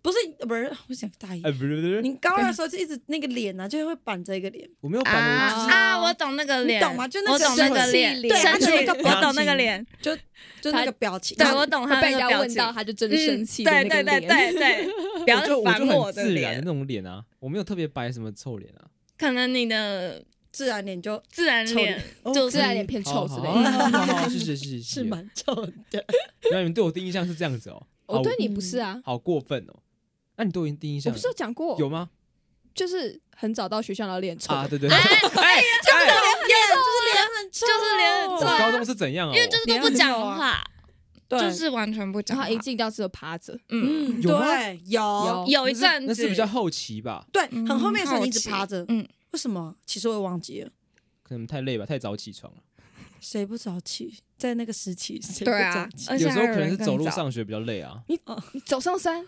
Speaker 3: 不是不是，我想大一
Speaker 1: 哎，，不是不是，
Speaker 3: 你高二的时候就一直那个脸啊，就会板着一个脸，
Speaker 1: 我没有
Speaker 2: 啊
Speaker 1: 反正就是
Speaker 2: 啊！我懂那个脸，
Speaker 3: 你懂吗就那个
Speaker 2: 我懂那个脸，
Speaker 4: 生气脸
Speaker 2: 生气
Speaker 3: 对他的那个表情
Speaker 2: 我懂那个脸，
Speaker 3: 就就那个表情，
Speaker 2: 对
Speaker 3: 然后
Speaker 2: 我懂他
Speaker 4: 被
Speaker 2: 那
Speaker 4: 人
Speaker 2: 个
Speaker 4: 家
Speaker 2: 表
Speaker 4: 问
Speaker 2: 情
Speaker 4: 到，。他就真
Speaker 2: 嗯，
Speaker 4: 生气的
Speaker 2: 对对
Speaker 4: 那个
Speaker 2: 对
Speaker 4: 脸。
Speaker 2: 对 对，不要
Speaker 1: 我就我
Speaker 2: 烦
Speaker 1: 就很
Speaker 2: 的
Speaker 1: 自然的那
Speaker 2: 脸。
Speaker 1: 种脸啊，我没有特别摆什么臭脸啊，
Speaker 2: 可能你的
Speaker 3: 自然脸就
Speaker 2: 自然
Speaker 3: 臭
Speaker 2: 脸
Speaker 3: 脸哦
Speaker 2: 就
Speaker 4: 自
Speaker 2: 是
Speaker 4: 然脸偏臭之类
Speaker 1: 嗯好
Speaker 4: 的。
Speaker 1: 好好好好，谢谢谢谢
Speaker 3: 是
Speaker 1: 谢谢。
Speaker 3: 蛮臭的。
Speaker 1: 那你们对我第一印象是这样子哦，
Speaker 4: 我
Speaker 1: 好
Speaker 4: 对你不是啊，
Speaker 1: 好过分哦。那你对我第一印
Speaker 4: 我
Speaker 1: 象
Speaker 4: 不是有讲过，
Speaker 1: 有吗？
Speaker 4: 就是很早到学校然后脸臭，
Speaker 1: 啊，对对对，哎哎，
Speaker 5: 脸就是脸很
Speaker 1: 我
Speaker 5: 臭，
Speaker 1: 高中是怎样哦？
Speaker 5: 因为就是都不讲
Speaker 1: 啊
Speaker 5: 话，
Speaker 3: 对
Speaker 2: 就是完全不
Speaker 4: 然
Speaker 2: 讲
Speaker 4: 后
Speaker 2: 话。
Speaker 4: 一进教室就趴着，
Speaker 2: 嗯，
Speaker 3: 嗯，
Speaker 1: 有啊吗
Speaker 3: 对，有
Speaker 4: 有
Speaker 5: 有一
Speaker 1: 那是
Speaker 5: 阵
Speaker 1: 那
Speaker 5: 子
Speaker 1: 是比较后期吧，
Speaker 3: 对，很后面的时候你一直
Speaker 2: 好奇
Speaker 3: 趴着，
Speaker 2: 嗯，
Speaker 3: 为什么？其实我也忘记了，
Speaker 1: 可能太累吧，太早起床了。
Speaker 3: 谁不早起？在那个时期，谁不
Speaker 2: 对
Speaker 3: 早
Speaker 2: 啊
Speaker 3: 起，？
Speaker 2: 而且
Speaker 1: 有时候
Speaker 2: 还
Speaker 1: 可能是
Speaker 2: 人更
Speaker 1: 走路
Speaker 2: 早
Speaker 1: 上学比较累啊。
Speaker 4: 你走上山，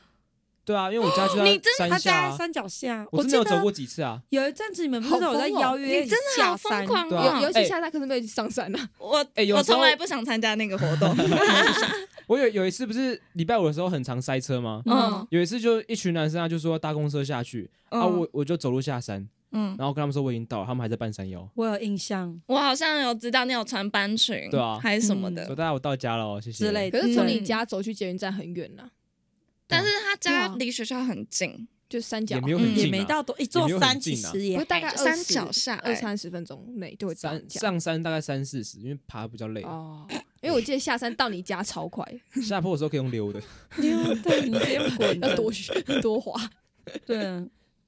Speaker 1: 对啊，因为我家就在
Speaker 5: 你真
Speaker 1: 山
Speaker 3: 他
Speaker 1: 下
Speaker 3: 家
Speaker 1: 啊
Speaker 3: 在，山脚下，
Speaker 1: 我真的
Speaker 3: 记
Speaker 1: 有走
Speaker 3: 得
Speaker 1: 过几次啊。
Speaker 3: 有一阵子你们不是有在邀约
Speaker 5: 你真的好疯狂
Speaker 1: 对
Speaker 4: 有
Speaker 1: 啊
Speaker 5: 哦！
Speaker 4: 有一
Speaker 2: 哎
Speaker 4: 次下山可是没有一起上山啊呐、
Speaker 2: 我
Speaker 1: 哎有
Speaker 2: 我
Speaker 1: 时候
Speaker 2: 从来不想参加那个活 动。
Speaker 1: 我有有一次不是礼拜五的时候很常塞车吗？
Speaker 4: 啊
Speaker 2: 嗯
Speaker 1: 有一次就一群男生啊，就说搭公车下去啊，我我就走路下山，
Speaker 2: 嗯，
Speaker 1: 然后跟他们说我已经到了，他们还在半山腰，
Speaker 3: 我有印象
Speaker 2: 我好像有知道你有穿班裙，
Speaker 1: 对啊
Speaker 2: 还是什么
Speaker 3: 嗯
Speaker 1: 说
Speaker 2: 的。
Speaker 1: 大家我到家了哦，谢谢
Speaker 3: 之类的，
Speaker 4: 可是从你啊家走去捷运站很远呐、啊
Speaker 2: 但是他家
Speaker 4: 哇
Speaker 2: 离学校很近，
Speaker 4: 就山脚
Speaker 1: 也没有
Speaker 2: 嗯
Speaker 1: 很
Speaker 3: 也
Speaker 1: 近
Speaker 3: 没
Speaker 1: 啊，
Speaker 3: 到多一
Speaker 1: 也
Speaker 3: 座
Speaker 1: 没有很
Speaker 3: 山，其
Speaker 1: 近啊
Speaker 3: 实也
Speaker 4: 不是大概
Speaker 2: 就山脚下
Speaker 4: 二
Speaker 2: 哎
Speaker 4: 三十分钟内就会到你
Speaker 1: 山
Speaker 4: 家。
Speaker 1: 上山大概三四十，因为爬比较累，啊
Speaker 4: 哦，因为我记得下山到你家超快，
Speaker 1: 下坡的时候可以用溜的。
Speaker 3: 溜达，啊你直接
Speaker 1: 嗯
Speaker 3: 滚
Speaker 4: 要
Speaker 3: 的，
Speaker 4: 多学多滑。
Speaker 3: 对，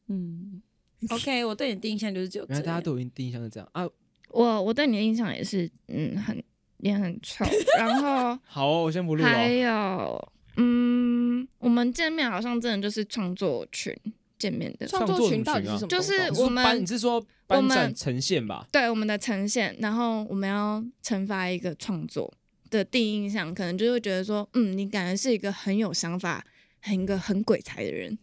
Speaker 3: 嗯，OK，我对你的印象就是只有这
Speaker 1: 原来大
Speaker 3: 样，
Speaker 1: 家对我印印象是这样啊。
Speaker 2: 我我对你的印象也是，嗯，很脸很臭，然 后
Speaker 1: 好哦，我先不录
Speaker 2: 还
Speaker 1: 了。
Speaker 2: 有，嗯，我们见面好像真的就是创作群见面的，
Speaker 1: 创作
Speaker 4: 创作
Speaker 1: 群
Speaker 4: 群到底
Speaker 1: 群
Speaker 4: 是
Speaker 1: 啊
Speaker 4: 什么
Speaker 2: 就
Speaker 4: 东
Speaker 2: 是
Speaker 1: 你
Speaker 4: 东？
Speaker 1: 是
Speaker 2: 我
Speaker 1: 班
Speaker 2: 们
Speaker 1: 你是说
Speaker 2: 我
Speaker 1: 班
Speaker 2: 们
Speaker 1: 上呈现吧？
Speaker 2: 对我们的呈现，然后我们要惩罚一个创作的第一印象，可能就会觉得说，嗯，你感觉是一个很有想法、很一个很鬼才的人，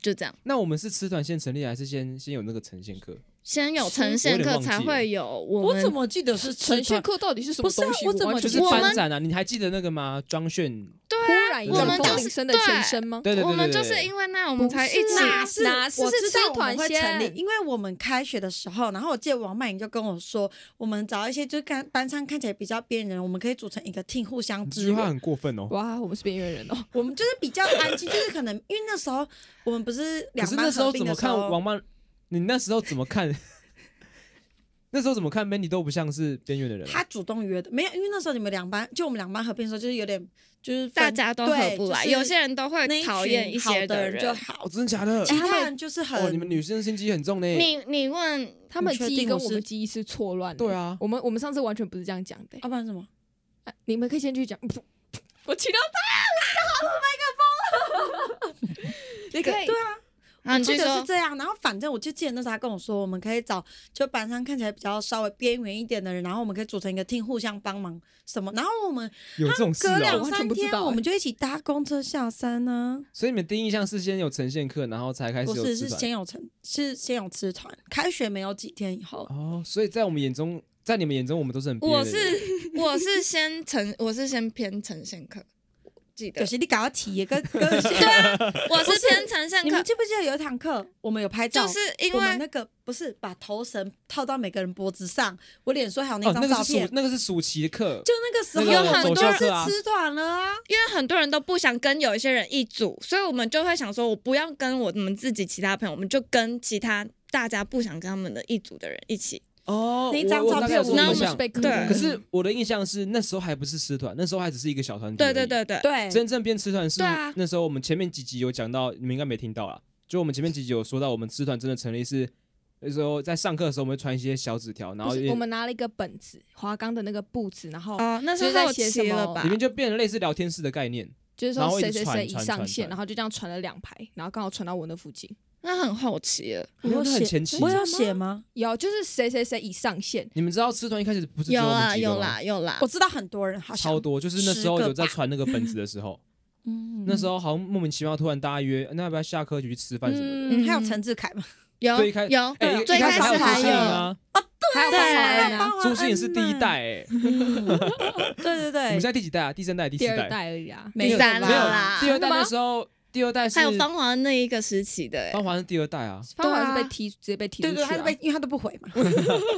Speaker 2: 就这样。
Speaker 1: 那我们是吃团先成立，还是先先有那个呈现课？
Speaker 2: 先有呈
Speaker 1: 我
Speaker 2: 现
Speaker 1: 有点
Speaker 2: 课
Speaker 1: 忘记
Speaker 2: 才
Speaker 1: 了
Speaker 2: 会有我
Speaker 3: 我
Speaker 2: 们
Speaker 3: 怎么记得是吃
Speaker 4: 呈
Speaker 3: 团
Speaker 4: 现课到底是什么
Speaker 3: 不是啊
Speaker 4: 东西？
Speaker 3: 我怎么
Speaker 1: 就
Speaker 4: 完全
Speaker 1: 是
Speaker 4: 不
Speaker 2: 我
Speaker 4: 知
Speaker 1: 班
Speaker 4: 道
Speaker 2: 们
Speaker 1: 展啊，你还记得那个吗？庄炫，
Speaker 4: 忽然一
Speaker 1: 我
Speaker 4: 阵
Speaker 1: 们
Speaker 4: 风
Speaker 1: 就是
Speaker 4: 铃声的前身吗？
Speaker 1: 对对对对对，
Speaker 2: 我们就是
Speaker 1: 对
Speaker 2: 因为那样我们才一起
Speaker 3: 哎哪是
Speaker 4: 哪是
Speaker 3: 我知
Speaker 4: 是吃
Speaker 3: 道我们
Speaker 4: 团
Speaker 3: 会成立
Speaker 4: 先，
Speaker 3: 因为我们开学的时候，然后我记得王曼颖就跟我说，我们找一些就是看班上看起来比较边缘的人，我们可以组成一个 team 互相
Speaker 1: 你这
Speaker 3: 支
Speaker 1: 句话
Speaker 3: 援。
Speaker 1: 很过分哦。
Speaker 4: 哇，我们是边缘人哦。
Speaker 3: 我们就是比较安静，就是可能因为那时候我们不是
Speaker 1: 可
Speaker 3: 两
Speaker 1: 是那
Speaker 3: 班
Speaker 1: 时候
Speaker 3: 合
Speaker 1: 怎
Speaker 3: 并
Speaker 1: 么
Speaker 3: 的时
Speaker 1: 看王
Speaker 3: 候，
Speaker 1: 曼？你那时候怎么看？ 那时候怎么看 Mandy 都不像是边缘的人啊、
Speaker 3: 他主动约的，没有，因为那时候你们两班就我们两班合并的时候，就是有点就是分
Speaker 2: 大家都合
Speaker 3: 对
Speaker 2: 不来，
Speaker 3: 就是
Speaker 2: 有些人都会
Speaker 3: 那一
Speaker 2: 讨
Speaker 3: 群
Speaker 2: 厌一
Speaker 3: 好
Speaker 2: 些
Speaker 3: 的
Speaker 2: 人。
Speaker 3: 就好
Speaker 1: 哦，，真的假的？
Speaker 3: 其他人就是很、
Speaker 1: 哦，你们女生心机很重呢。
Speaker 2: 你你问
Speaker 4: 他们
Speaker 3: 你确
Speaker 4: 记忆
Speaker 3: 定
Speaker 4: 跟
Speaker 3: 我
Speaker 4: 我们
Speaker 3: 是
Speaker 4: 记忆是错乱的。
Speaker 1: 对啊
Speaker 4: 我们我们上次完全不是这样讲的欸。
Speaker 3: 啊要、不然什么？
Speaker 4: 啊你们可以先去讲。 我去到他，我去到好麦克风了。你可以
Speaker 2: 啊，你
Speaker 3: 记
Speaker 2: 去
Speaker 3: 得是
Speaker 2: 说
Speaker 3: 这样，然后反正我就记得那时候他跟我说，我们可以找就班上看起来比较稍微边缘一点的人，然后我们可以组成一个 team 互相帮忙什么，然后我们
Speaker 1: 有这种事
Speaker 3: 隔
Speaker 1: 哦
Speaker 3: 两
Speaker 4: 我完全
Speaker 3: 三
Speaker 4: 不知
Speaker 3: 天
Speaker 4: 道欸
Speaker 3: 我们就一起搭公车下山呢、
Speaker 1: 所以你们第一印象是先有呈现课，然后才开始
Speaker 3: 不
Speaker 1: 有
Speaker 3: 是，
Speaker 1: 吃
Speaker 3: 是
Speaker 1: 团
Speaker 3: 先有成，是先有吃团。开学没有几天以后，
Speaker 1: 哦，所以在我们眼中，在你们眼中，我们都是很边缘
Speaker 2: 我
Speaker 1: 的
Speaker 2: 是
Speaker 1: 人
Speaker 2: 我是先呈我是先偏呈现课，记
Speaker 3: 就
Speaker 2: 得
Speaker 3: 是你搞到体验跟跟对、
Speaker 2: 我是偏呈现
Speaker 3: 你们
Speaker 2: 课，
Speaker 3: 记不记得有一堂课我们有拍照？
Speaker 2: 就是因
Speaker 3: 我们
Speaker 2: 为
Speaker 3: 那个不是把头绳套到每个人脖子上，我脸书还有那
Speaker 1: 哦，
Speaker 3: 张
Speaker 1: 那
Speaker 3: 照
Speaker 1: 个是
Speaker 3: 片
Speaker 1: 暑，，那个是暑期课，
Speaker 3: 就那个时候
Speaker 1: 那个
Speaker 2: 有很
Speaker 1: 走
Speaker 2: 多
Speaker 1: 校
Speaker 3: 是
Speaker 1: 课啊，
Speaker 3: 吃团了啊。
Speaker 2: 因为很多人都不想跟有一些人一组，所以我们就会想说，我不要跟我们自己其他朋友，我们就跟其他大家不想跟他们的一组的人一起。
Speaker 1: 哦，
Speaker 3: 那一
Speaker 1: 我
Speaker 3: 张
Speaker 1: 我
Speaker 3: 照
Speaker 1: 大概
Speaker 3: 片
Speaker 1: 有这个
Speaker 3: 我
Speaker 4: 那
Speaker 1: 印
Speaker 4: 我们
Speaker 1: 象
Speaker 4: 是被坑
Speaker 2: 对
Speaker 4: 的
Speaker 1: 可是我的印象是那时候还不是师团，那时候还只是一个小团体而
Speaker 2: 对
Speaker 1: 已。
Speaker 2: 对对对，
Speaker 3: 对，
Speaker 1: 真正变吃团是
Speaker 2: 对啊
Speaker 1: 那时候我们前面几集有讲到，你们应该没听到啦。就我们前面几集有说到，我们吃团真的成立是那时候在上课的时候，我们会传一些小纸条，然
Speaker 4: 不
Speaker 1: 后
Speaker 4: 是
Speaker 1: 也
Speaker 4: 我们拿了一个本子，华冈的那个簿子，然后
Speaker 2: 哦，那
Speaker 4: 就是是在
Speaker 2: 后
Speaker 4: 写什
Speaker 2: 期
Speaker 4: 么
Speaker 2: 了吧
Speaker 1: 里？面就变成类似聊天室的概念。
Speaker 4: 就是
Speaker 1: 然后
Speaker 4: 说
Speaker 1: 一直
Speaker 4: 谁谁谁
Speaker 1: 传
Speaker 4: 一
Speaker 1: 传
Speaker 4: 上
Speaker 1: 传
Speaker 4: 线，
Speaker 1: 传
Speaker 4: 然后就这样传了两排，然后刚好传到我那附近。
Speaker 2: 那很后期了，
Speaker 1: 没有那很前期
Speaker 3: 我有写吗？
Speaker 4: 有，就是谁谁谁已上线，
Speaker 1: 你们知道吃团一开始不是只
Speaker 2: 有
Speaker 1: 我们
Speaker 2: 啦
Speaker 1: 几
Speaker 2: 有
Speaker 1: 个吗？
Speaker 2: 啦有啦
Speaker 3: 我，知道很多人啊好像
Speaker 1: 超，多，就是那时候
Speaker 3: 十个吧
Speaker 1: 有在传那个本子的时候，
Speaker 3: 嗯
Speaker 1: 那时候好像莫名其妙突然大家约，那要不要下课一起去吃饭什么的？
Speaker 3: 嗯还有陈志凯嘛，
Speaker 2: 有
Speaker 1: 最开
Speaker 2: 有
Speaker 1: 哎、一
Speaker 2: 最
Speaker 1: 一开
Speaker 2: 开
Speaker 1: 始
Speaker 2: 始
Speaker 1: 还有朱
Speaker 2: 还有
Speaker 1: 信颖啊，
Speaker 4: 还有
Speaker 2: 对
Speaker 4: 方华恩啊，
Speaker 3: 包
Speaker 1: 朱信颖是第一代、哎，你
Speaker 3: 嗯 对对
Speaker 1: 们现
Speaker 3: 对，
Speaker 1: 在第几代啊？第三代、第四
Speaker 4: 第二
Speaker 1: 代？
Speaker 4: 代而已啊。
Speaker 3: 没有
Speaker 2: 第三
Speaker 3: 吧
Speaker 1: 没有
Speaker 2: 了啦
Speaker 1: 第二代
Speaker 4: 真的吗
Speaker 1: 那时候，第二代是
Speaker 2: 还有芳华那一个时期的欸，
Speaker 1: 芳华是第二代啊，
Speaker 4: 方华
Speaker 2: 对啊
Speaker 4: 恩是被踢，直接被踢出
Speaker 3: 对
Speaker 4: 去、
Speaker 3: 对，
Speaker 4: 啊。
Speaker 3: 他都被，因为他都不回嘛，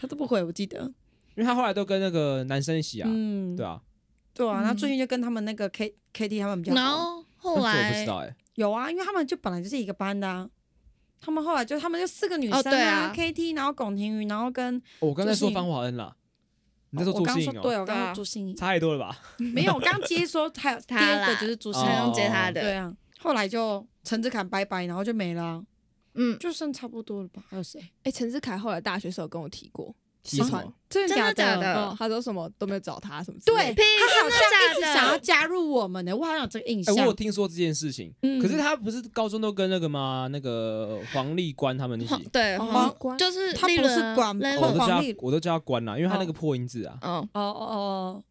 Speaker 3: 他都不回，我记得，
Speaker 1: 因为他后来都跟那个男生一起啊，
Speaker 3: 嗯，
Speaker 1: 对啊，
Speaker 3: 对啊，
Speaker 2: 嗯
Speaker 3: 那最近就跟他们那个 K K T 他们比较
Speaker 2: 欸然
Speaker 3: 好，
Speaker 2: 后
Speaker 1: 那这
Speaker 2: 后
Speaker 1: 我不知
Speaker 2: 来
Speaker 1: 道哎、
Speaker 3: 有啊，因为他们就本来就是一个班的啊。他们后来就他们就四个女
Speaker 2: 哦
Speaker 3: 生
Speaker 2: 对啊
Speaker 3: k T，然后龚婷瑜，然后跟
Speaker 1: 哦我刚才
Speaker 3: 朱信
Speaker 1: 说
Speaker 3: 颖
Speaker 1: 方华恩啦，你在
Speaker 3: 哦
Speaker 1: 说
Speaker 3: 我
Speaker 1: 朱
Speaker 3: 刚
Speaker 1: 信
Speaker 3: 说
Speaker 1: 颖
Speaker 3: 对，
Speaker 1: 哦，
Speaker 3: 我刚
Speaker 2: 对
Speaker 3: 刚
Speaker 2: 啊
Speaker 3: 说朱信颖，
Speaker 1: 差也多了吧？
Speaker 3: 没有，我刚接说还有第
Speaker 2: 他
Speaker 3: 二
Speaker 2: 啦
Speaker 3: 个就是朱信
Speaker 1: 哦
Speaker 2: 采
Speaker 3: 颖，
Speaker 2: 用接他
Speaker 3: 对
Speaker 2: 的，
Speaker 3: 啊，后来就陈志凯拜拜，然后就没了啊，
Speaker 2: 嗯，
Speaker 3: 就剩差不多了吧？还有谁？
Speaker 4: 哎，陈志凯后来大学时候跟我提过，
Speaker 1: 提
Speaker 4: 失
Speaker 1: 什
Speaker 4: 传
Speaker 1: 么
Speaker 3: 真
Speaker 2: 真的假的
Speaker 4: 嗯，他说什么都没有找他什么之
Speaker 3: 对
Speaker 4: 类的。
Speaker 2: 屁
Speaker 3: 他好像一
Speaker 2: 真的
Speaker 3: 直
Speaker 2: 假的
Speaker 3: 想要加入我们呢、我好像有这个印
Speaker 1: 哎、
Speaker 3: 象。
Speaker 1: 我有听说这件事情，
Speaker 3: 嗯
Speaker 1: 可是他不是高中都跟那个吗？那个黄立官他们一起，
Speaker 2: 黄对
Speaker 4: 哦
Speaker 2: 黄
Speaker 4: 关
Speaker 2: 就是
Speaker 3: 他
Speaker 2: 利
Speaker 3: 不
Speaker 2: 润
Speaker 3: 是
Speaker 2: 啊
Speaker 3: 管
Speaker 2: 利
Speaker 1: 哦我都
Speaker 2: 润
Speaker 1: 叫
Speaker 3: 黄
Speaker 1: 他
Speaker 3: 立
Speaker 1: 我都叫他关啦，因为他那个
Speaker 3: 哦
Speaker 1: 破音字啊，
Speaker 2: 嗯，
Speaker 3: 哦哦哦，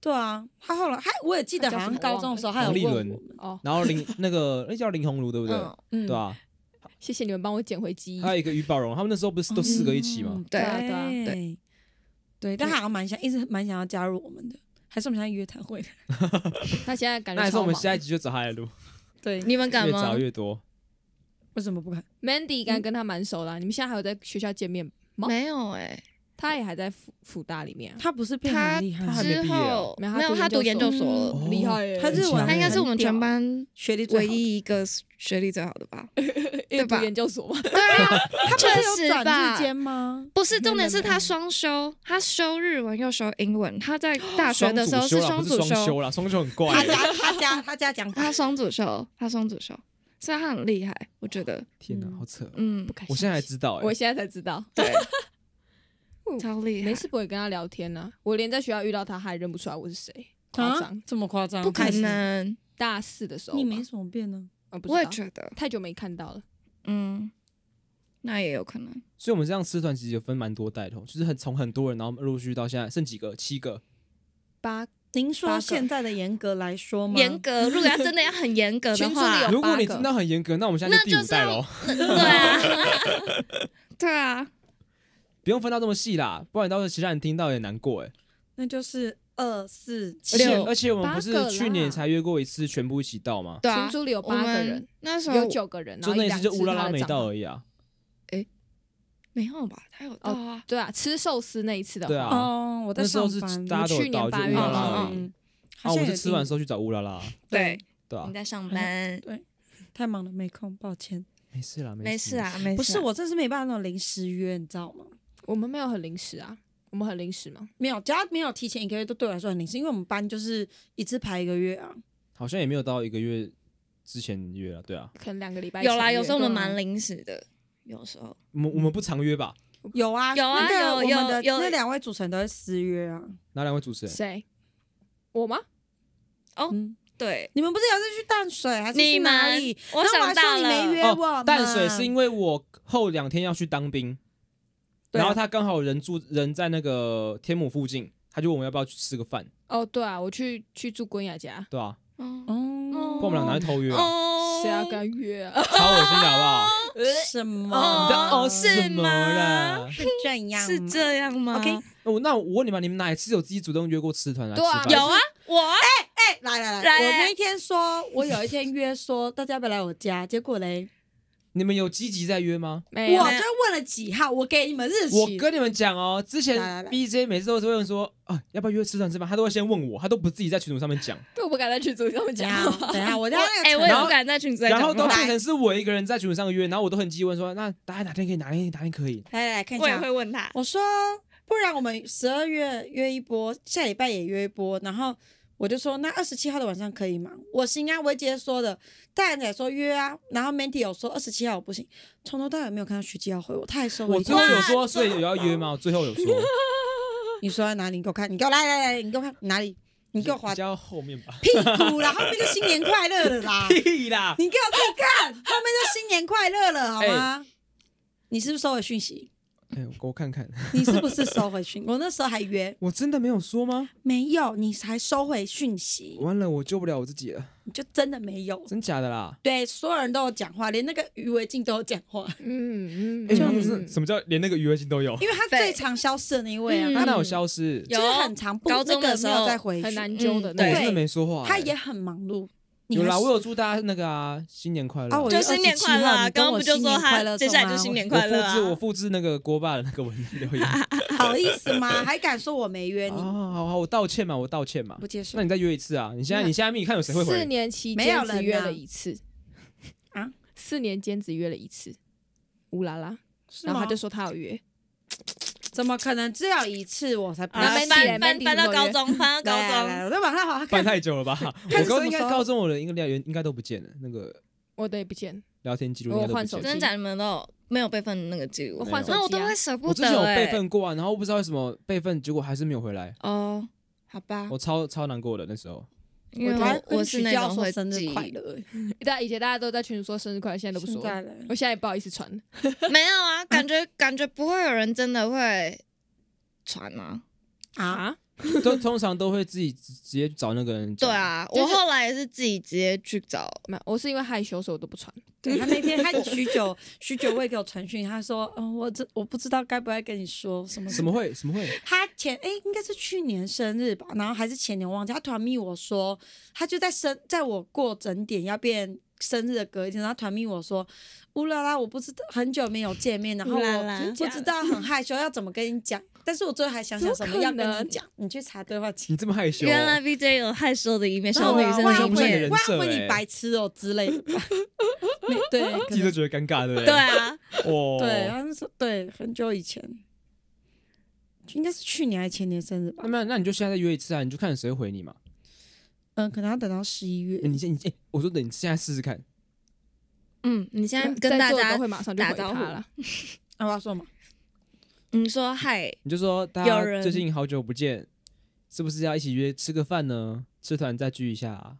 Speaker 3: 对啊，他后来还我也记得
Speaker 4: 他
Speaker 3: 好
Speaker 4: 叫
Speaker 3: 像
Speaker 4: 什么
Speaker 3: 高中的时候还有
Speaker 1: 黄立
Speaker 3: 问我
Speaker 1: 伦
Speaker 3: 们，
Speaker 4: 哦，
Speaker 1: 然后林那个那叫林鸿儒对不对？
Speaker 2: 嗯
Speaker 3: 嗯
Speaker 1: 对啊，
Speaker 4: 谢谢你们帮我捡回记忆。
Speaker 1: 还有一个于宝荣，他们那时候不是都四个一起吗
Speaker 3: 嗯？对啊
Speaker 4: 对
Speaker 3: 对
Speaker 4: 啊
Speaker 3: 啊对，对，但他好像蛮想，一直蛮想要加入我们的，还是我们现在约谈会的？
Speaker 4: 他现在感觉
Speaker 1: 那还是我们
Speaker 4: 超忙
Speaker 1: 下一集就找他来录，
Speaker 3: 对，
Speaker 2: 你们敢
Speaker 1: 越
Speaker 2: 吗
Speaker 1: 早？越多。
Speaker 3: 为什么不敢？
Speaker 4: Mandy 应该跟他蛮熟啦、你们现在还有在学校见面？吗
Speaker 2: 没有哎，
Speaker 4: 他也还在辅辅大里面、啊，
Speaker 3: 他不是变得
Speaker 2: 他
Speaker 3: 很厉害吗，
Speaker 1: 他还没
Speaker 2: 之
Speaker 1: 毕业
Speaker 2: 后
Speaker 1: 啊
Speaker 2: 没
Speaker 4: 没有
Speaker 2: 有，他
Speaker 4: 他
Speaker 2: 读
Speaker 4: 读
Speaker 2: 研
Speaker 4: 研
Speaker 2: 究
Speaker 4: 究嗯
Speaker 2: 所
Speaker 3: 所
Speaker 2: 了，
Speaker 1: 哦
Speaker 4: 厉害耶、
Speaker 3: 他日文
Speaker 2: 他应该是我们全
Speaker 3: 很
Speaker 2: 班
Speaker 3: 学历
Speaker 2: 唯
Speaker 3: 最好的
Speaker 2: 一一个学历最好的吧？
Speaker 4: 阅
Speaker 2: 对
Speaker 4: 读
Speaker 2: 吧
Speaker 4: 研究所嘛，
Speaker 2: 对啊，
Speaker 3: 他不
Speaker 2: 确
Speaker 3: 是
Speaker 2: 实
Speaker 3: 有转
Speaker 2: 吧
Speaker 3: 日间吗？
Speaker 2: 不是重点是
Speaker 3: 没有没
Speaker 2: 他
Speaker 3: 有
Speaker 2: 双修，他修日文又修英文，他在大学
Speaker 1: 双
Speaker 2: 的时候
Speaker 1: 主修啦
Speaker 2: 双
Speaker 1: 不是
Speaker 2: 主
Speaker 1: 双修啦，双修很怪
Speaker 3: 他
Speaker 1: 欸。
Speaker 3: 家他家他家讲
Speaker 2: 他双主修，他双主修，所以他很厉害，我觉得，
Speaker 1: 天哪，
Speaker 4: 嗯
Speaker 1: 好扯哦！
Speaker 2: 嗯
Speaker 4: 不，敢
Speaker 1: 我现在才
Speaker 4: 相信
Speaker 1: 知道，
Speaker 4: 我
Speaker 1: 哎，
Speaker 4: 现在才知道，
Speaker 2: 对，
Speaker 4: 嗯
Speaker 2: 超厉害，
Speaker 4: 没事不会跟他聊天呢、我连在学校遇到他，他还认不出来我是谁，夸
Speaker 3: 啊
Speaker 4: 张。，
Speaker 3: 这么夸张？
Speaker 2: 不可
Speaker 3: 开始，
Speaker 2: 能，
Speaker 4: 大四的时候吧，
Speaker 3: 啊你没什么变呢？
Speaker 4: 啊，不知道
Speaker 2: 我也觉得，
Speaker 4: 太久没看到了，
Speaker 2: 嗯，那也有可能，
Speaker 1: 所以我们这样吃团其实有分蛮多代的哦，就是很从很多人，然后陆续到现在剩几个，七个，
Speaker 4: 八
Speaker 3: 您
Speaker 4: 八
Speaker 3: 说
Speaker 4: 个
Speaker 3: 现在的严格来说吗？
Speaker 2: 严格，如果要真的要很严格的
Speaker 4: 群组里
Speaker 2: 话
Speaker 4: 有，
Speaker 1: 如果
Speaker 4: 八
Speaker 1: 你
Speaker 4: 个
Speaker 1: 真的很严格，那我们现在
Speaker 2: 那
Speaker 1: 就第
Speaker 2: 就
Speaker 1: 五
Speaker 2: 是
Speaker 1: 代喽
Speaker 2: 要，， 对啊，对啊，
Speaker 1: 不用分到这么细啦，不然到时候其他人听到也难过哎。
Speaker 3: 那就是二四
Speaker 1: 而
Speaker 3: 七
Speaker 1: 且
Speaker 2: 六
Speaker 1: 而且我们不
Speaker 4: 八个
Speaker 1: 是
Speaker 4: 啦
Speaker 1: 去年才约过一次，全部一起到吗？
Speaker 2: 对啊
Speaker 4: 群，组里有
Speaker 2: 我
Speaker 4: 八个
Speaker 2: 们
Speaker 4: 人，
Speaker 2: 那时候
Speaker 4: 有九个人，然
Speaker 1: 就
Speaker 4: 后
Speaker 1: 那一
Speaker 4: 两
Speaker 1: 次就乌拉拉
Speaker 4: 他的
Speaker 1: 没
Speaker 4: 账
Speaker 1: 到
Speaker 4: 号
Speaker 1: 而已啊。
Speaker 2: 没有吧？他有到啊，
Speaker 4: 对啊，吃寿司那一次的话，
Speaker 1: 对啊
Speaker 3: 哦，我在
Speaker 1: 那时候
Speaker 3: 上
Speaker 1: 是
Speaker 3: 班，
Speaker 1: 大家都
Speaker 4: 去
Speaker 1: 有
Speaker 4: 年
Speaker 1: 到，就
Speaker 4: 八
Speaker 1: 乌
Speaker 4: 月
Speaker 1: 拉
Speaker 4: 嘛
Speaker 1: 拉而已。
Speaker 3: 嗯，
Speaker 1: 啊，
Speaker 3: 好
Speaker 1: 我
Speaker 3: 像
Speaker 1: 们
Speaker 3: 有
Speaker 1: 是吃完的时
Speaker 3: 候
Speaker 1: 候去找乌拉拉，
Speaker 2: 对，嗯
Speaker 1: 对啊
Speaker 2: 你，在上
Speaker 3: 好像
Speaker 2: 班，
Speaker 3: 对，太忙了没空，抱歉。
Speaker 1: 没事啦，
Speaker 2: 没事。啊，没事啊，
Speaker 3: 不是我，这是没办法那种临时约，你知道吗？
Speaker 4: 我们没有很临时啊，我们很临时吗？
Speaker 3: 没有，只要没有提前一个月，都对我来说很临时，因为我们班就是一次排一个月啊。
Speaker 1: 好像也没有到一个月之前约了，对啊，
Speaker 4: 可能两个礼拜
Speaker 2: 有
Speaker 4: 前
Speaker 2: 啦，
Speaker 4: 约
Speaker 2: 有时候我们
Speaker 3: 对啊
Speaker 2: 蛮临时的，有时候
Speaker 1: 我们我
Speaker 3: 嗯
Speaker 1: 们不常约吧？
Speaker 3: 有啊，
Speaker 2: 有啊
Speaker 3: 那个
Speaker 2: 有
Speaker 3: 我们的
Speaker 2: 有有
Speaker 3: 那两位主持人都是私约啊。
Speaker 1: 哪两位主持人？
Speaker 4: 谁？我吗？
Speaker 3: 嗯，
Speaker 2: 对。
Speaker 3: 你们不是有一次去淡水还是
Speaker 2: 你
Speaker 3: 去哪
Speaker 2: 们
Speaker 3: 里？，
Speaker 2: 我
Speaker 3: 然后
Speaker 2: 想
Speaker 3: 还说
Speaker 2: 到
Speaker 3: 你没
Speaker 2: 了，
Speaker 3: 约我
Speaker 1: 哦，淡水
Speaker 3: 嘛
Speaker 1: 是因为我后两天要去当兵，
Speaker 3: 对啊
Speaker 1: 然后他刚好人住人在那个天母附近，他就问我要不要去吃个饭，
Speaker 4: 哦，对啊，我去去住关雅家，
Speaker 1: 对啊，
Speaker 2: 哦
Speaker 3: 哦
Speaker 1: 不然我们俩哪去偷约啊？
Speaker 2: 哦
Speaker 4: 谁要跟他 约啊？
Speaker 1: 超恶心的好不好？
Speaker 3: 哦什
Speaker 1: 你
Speaker 3: 么？
Speaker 1: 在哦
Speaker 2: 是
Speaker 1: 什么啦？
Speaker 3: 是这样吗，
Speaker 2: 是这样吗
Speaker 3: OK
Speaker 1: 哦，那我问你们，你们哪一次有自己主动约过吃团来吃
Speaker 4: 对啊
Speaker 1: 饭？
Speaker 2: 有啊，我啊
Speaker 3: 哎，来来
Speaker 2: 来
Speaker 3: 来，我那一天说，我有一天约说大家要不要来我家，结果嘞，
Speaker 1: 你们有积极在约吗？
Speaker 3: 我
Speaker 4: 没
Speaker 3: 就
Speaker 4: 有，
Speaker 3: 问了几号，我给你们日
Speaker 1: 我
Speaker 3: 期，
Speaker 1: 跟你们讲哦，之前
Speaker 3: 来来来
Speaker 1: BJ 每次都是会问说啊，要不要约吃饭吃饭，他都会先问我，他都不自己在群组上面讲，
Speaker 4: 我不敢在群组里这么
Speaker 3: 等
Speaker 4: 讲
Speaker 3: 一下
Speaker 4: 话。
Speaker 3: 等一下，我哦
Speaker 2: 我
Speaker 3: 家那个
Speaker 2: 哎，
Speaker 3: 程
Speaker 2: 我也
Speaker 1: 然
Speaker 2: 不
Speaker 1: 后
Speaker 2: 敢在群组里
Speaker 1: 然后
Speaker 2: 讲
Speaker 1: 都
Speaker 2: 话
Speaker 1: 变成是我一个人在群组上约，然后我都很积极问说，那大家哪天可以，哪天哪天可以？
Speaker 3: 来来来看一
Speaker 2: 我也
Speaker 3: 下
Speaker 2: 会，问他，
Speaker 3: 我说不然我们十二月约一波，下礼拜也约一波，然后我就说那二十七号的晚上可以吗？我心安，维杰说的，大眼仔说约啊，然后 Mandy 有说二十七号我不行，从头到尾没有看到徐基要回我，他还说
Speaker 1: 我
Speaker 3: 一句
Speaker 1: 最后有说，所以有要约吗？我最后有说，
Speaker 3: 你说在哪里？你给我看，你给我来来来，你给我看哪里？你给我划。
Speaker 1: 比较后面吧
Speaker 3: 屁股啦，后面就新年快乐了啦。
Speaker 1: 屁啦！
Speaker 3: 你给我自己看，后面就新年快乐了，好吗？你是不是收回讯息？
Speaker 1: 哎，我看看，
Speaker 3: 你是不是收回讯？我那时候还约，
Speaker 1: 我真的没有说吗？
Speaker 3: 没有，你还收回讯息，
Speaker 1: 完了，我救不了我自己了，
Speaker 3: 你就真的没有。
Speaker 1: 真假的啦？
Speaker 3: 对，所有人都有讲话，连那个余维静都有讲话，
Speaker 4: 嗯嗯，
Speaker 1: 哎，
Speaker 4: 嗯
Speaker 1: 他们是什么叫连那个约会都有？
Speaker 3: 因为他最常消失的那一位啊，
Speaker 2: 嗯
Speaker 1: 他
Speaker 3: 他
Speaker 1: 哪有消失？
Speaker 3: 就是很常不
Speaker 2: 高中
Speaker 3: 那个
Speaker 2: 的时
Speaker 3: 没有
Speaker 2: 候
Speaker 3: 再回
Speaker 4: 很
Speaker 3: 去
Speaker 4: 难揪的
Speaker 2: 嗯
Speaker 4: 那
Speaker 1: 我
Speaker 4: 种。
Speaker 1: 真的
Speaker 3: 对
Speaker 1: 没说话。
Speaker 3: 他
Speaker 1: 哎
Speaker 3: 也很忙碌。你
Speaker 1: 有啦，
Speaker 3: 还
Speaker 1: 我有祝大家那个啊，新年快乐
Speaker 3: 啊我
Speaker 2: 就新年快乐啊！刚刚不就说他接下来就新年快乐
Speaker 1: 我复制我
Speaker 2: 啊？
Speaker 1: 复制那个锅巴的那个文字留言。
Speaker 3: 好意思吗？还敢说我没约
Speaker 1: 啊，
Speaker 3: 你？
Speaker 1: 好好，我道歉嘛，我道歉嘛
Speaker 3: 不。接受
Speaker 1: 那你再约一次啊！你现在
Speaker 4: 那
Speaker 1: 你现在密看有谁会
Speaker 4: 四
Speaker 1: 回？
Speaker 4: 年期
Speaker 3: 没有
Speaker 4: 间只
Speaker 3: 人
Speaker 4: 约
Speaker 3: 啊
Speaker 4: 了一次
Speaker 3: 啊，
Speaker 4: 四年间只约了一次，乌拉拉，
Speaker 3: 是
Speaker 4: 然后
Speaker 3: 吗
Speaker 4: 他就说他有约，
Speaker 3: 怎么可能只有一次我才
Speaker 4: 那
Speaker 5: 然
Speaker 3: 搬
Speaker 5: 后
Speaker 4: 啊 Mandy 嘞
Speaker 5: 翻翻
Speaker 4: Mandy
Speaker 5: 翻到
Speaker 4: 怎么
Speaker 5: 高
Speaker 4: 约
Speaker 5: 中，翻
Speaker 2: 啊
Speaker 5: 到高
Speaker 3: 来来
Speaker 5: 中，
Speaker 3: 来啊我再往上好好
Speaker 1: 办
Speaker 3: 看。
Speaker 1: 太久了吧？
Speaker 3: 看
Speaker 1: 我
Speaker 3: 是
Speaker 1: 高
Speaker 3: 什
Speaker 1: 中
Speaker 3: 么
Speaker 1: 应该
Speaker 3: 时候
Speaker 1: 高中我的应该聊应该都不见了，那个
Speaker 4: 我的也不见，
Speaker 1: 聊天记录
Speaker 4: 我
Speaker 1: 应该都不
Speaker 4: 换
Speaker 1: 见
Speaker 4: 手
Speaker 1: 了
Speaker 4: 机
Speaker 2: 真的假的？你们都有没有备份那个记录
Speaker 4: 我？换手机、啊，
Speaker 2: 那我都会舍不
Speaker 1: 我之前
Speaker 2: 得
Speaker 1: 有
Speaker 2: 哎、
Speaker 1: 备份过啊，然后不知道为什么备份，结果还是没有回来，
Speaker 2: 哦，好吧，
Speaker 1: 我超超难过的那时候。
Speaker 2: 因为
Speaker 3: 我还
Speaker 2: 我
Speaker 3: 跟
Speaker 2: 我
Speaker 3: 许
Speaker 2: 是那
Speaker 3: 娇
Speaker 2: 种
Speaker 3: 说
Speaker 2: 会
Speaker 3: 生日
Speaker 2: 记
Speaker 3: 快乐，哎
Speaker 4: 大家以前大家都在群里说生日快乐，现在都不说
Speaker 3: 现在
Speaker 4: 了。
Speaker 3: 嘞
Speaker 4: 我现在也不好意思传，
Speaker 2: 没有啊，感觉感觉不会有人真的会传啊。
Speaker 3: 啊，
Speaker 4: 啊，
Speaker 1: 都通常都会自己直直接找那个人。
Speaker 2: 对，啊，
Speaker 4: 就是
Speaker 2: 我后来也是自己直接去找。
Speaker 4: 没有，我是因为害羞所以我都 不传。
Speaker 3: 对他那天他许久许久未给我传讯，他说嗯我这我不知道该不该跟你说什么
Speaker 1: 什么会什么会？
Speaker 3: 他前哎、应该是去年生日吧，然后还是前年忘记，他突然密我说，他就在生在我过整点要变生日的隔一天，然后突然密我说，乌拉拉，我不知道很久没有见面，然后
Speaker 5: 乌拉
Speaker 3: 我
Speaker 5: 拉
Speaker 3: 不知道很害羞要怎么跟你讲，但是我最后还想想什么要跟你讲，你去查对话记
Speaker 1: 你。这么害羞哦？
Speaker 5: 原来 VJ 有害羞的一面，
Speaker 3: 然后
Speaker 5: 小女
Speaker 3: 我要
Speaker 5: 生
Speaker 1: 那
Speaker 5: 的
Speaker 1: 时候
Speaker 5: 一
Speaker 1: 不是你的
Speaker 5: 面
Speaker 1: 人。
Speaker 3: 我要
Speaker 1: 设
Speaker 3: 问
Speaker 1: 欸
Speaker 3: 你白痴哦之类的吧，没对，可
Speaker 1: 自己都
Speaker 3: 能
Speaker 1: 觉得尴尬，对不对？
Speaker 5: 对，啊，
Speaker 1: 哦，
Speaker 3: 对，他是说对很久以前，应该是去年还是前年生日吧
Speaker 1: 那，么那你就现在再约一次啊，你就看谁回你嘛。
Speaker 3: 嗯，可能要等到十一月
Speaker 1: 欸。你先，你哎，我说等你现在试试看，
Speaker 2: 嗯，你现在
Speaker 4: 在
Speaker 2: 跟大
Speaker 4: 座的
Speaker 2: 家
Speaker 4: 都会马上就回
Speaker 2: 打招
Speaker 4: 他
Speaker 2: 呼
Speaker 4: 了。
Speaker 3: 啊，我要说嘛，
Speaker 2: 你说嗨，
Speaker 1: 你就说大
Speaker 2: 有
Speaker 1: 家
Speaker 2: 人
Speaker 1: 最近好久不见，是不是要一起约吃个饭呢？吃团再聚一下啊。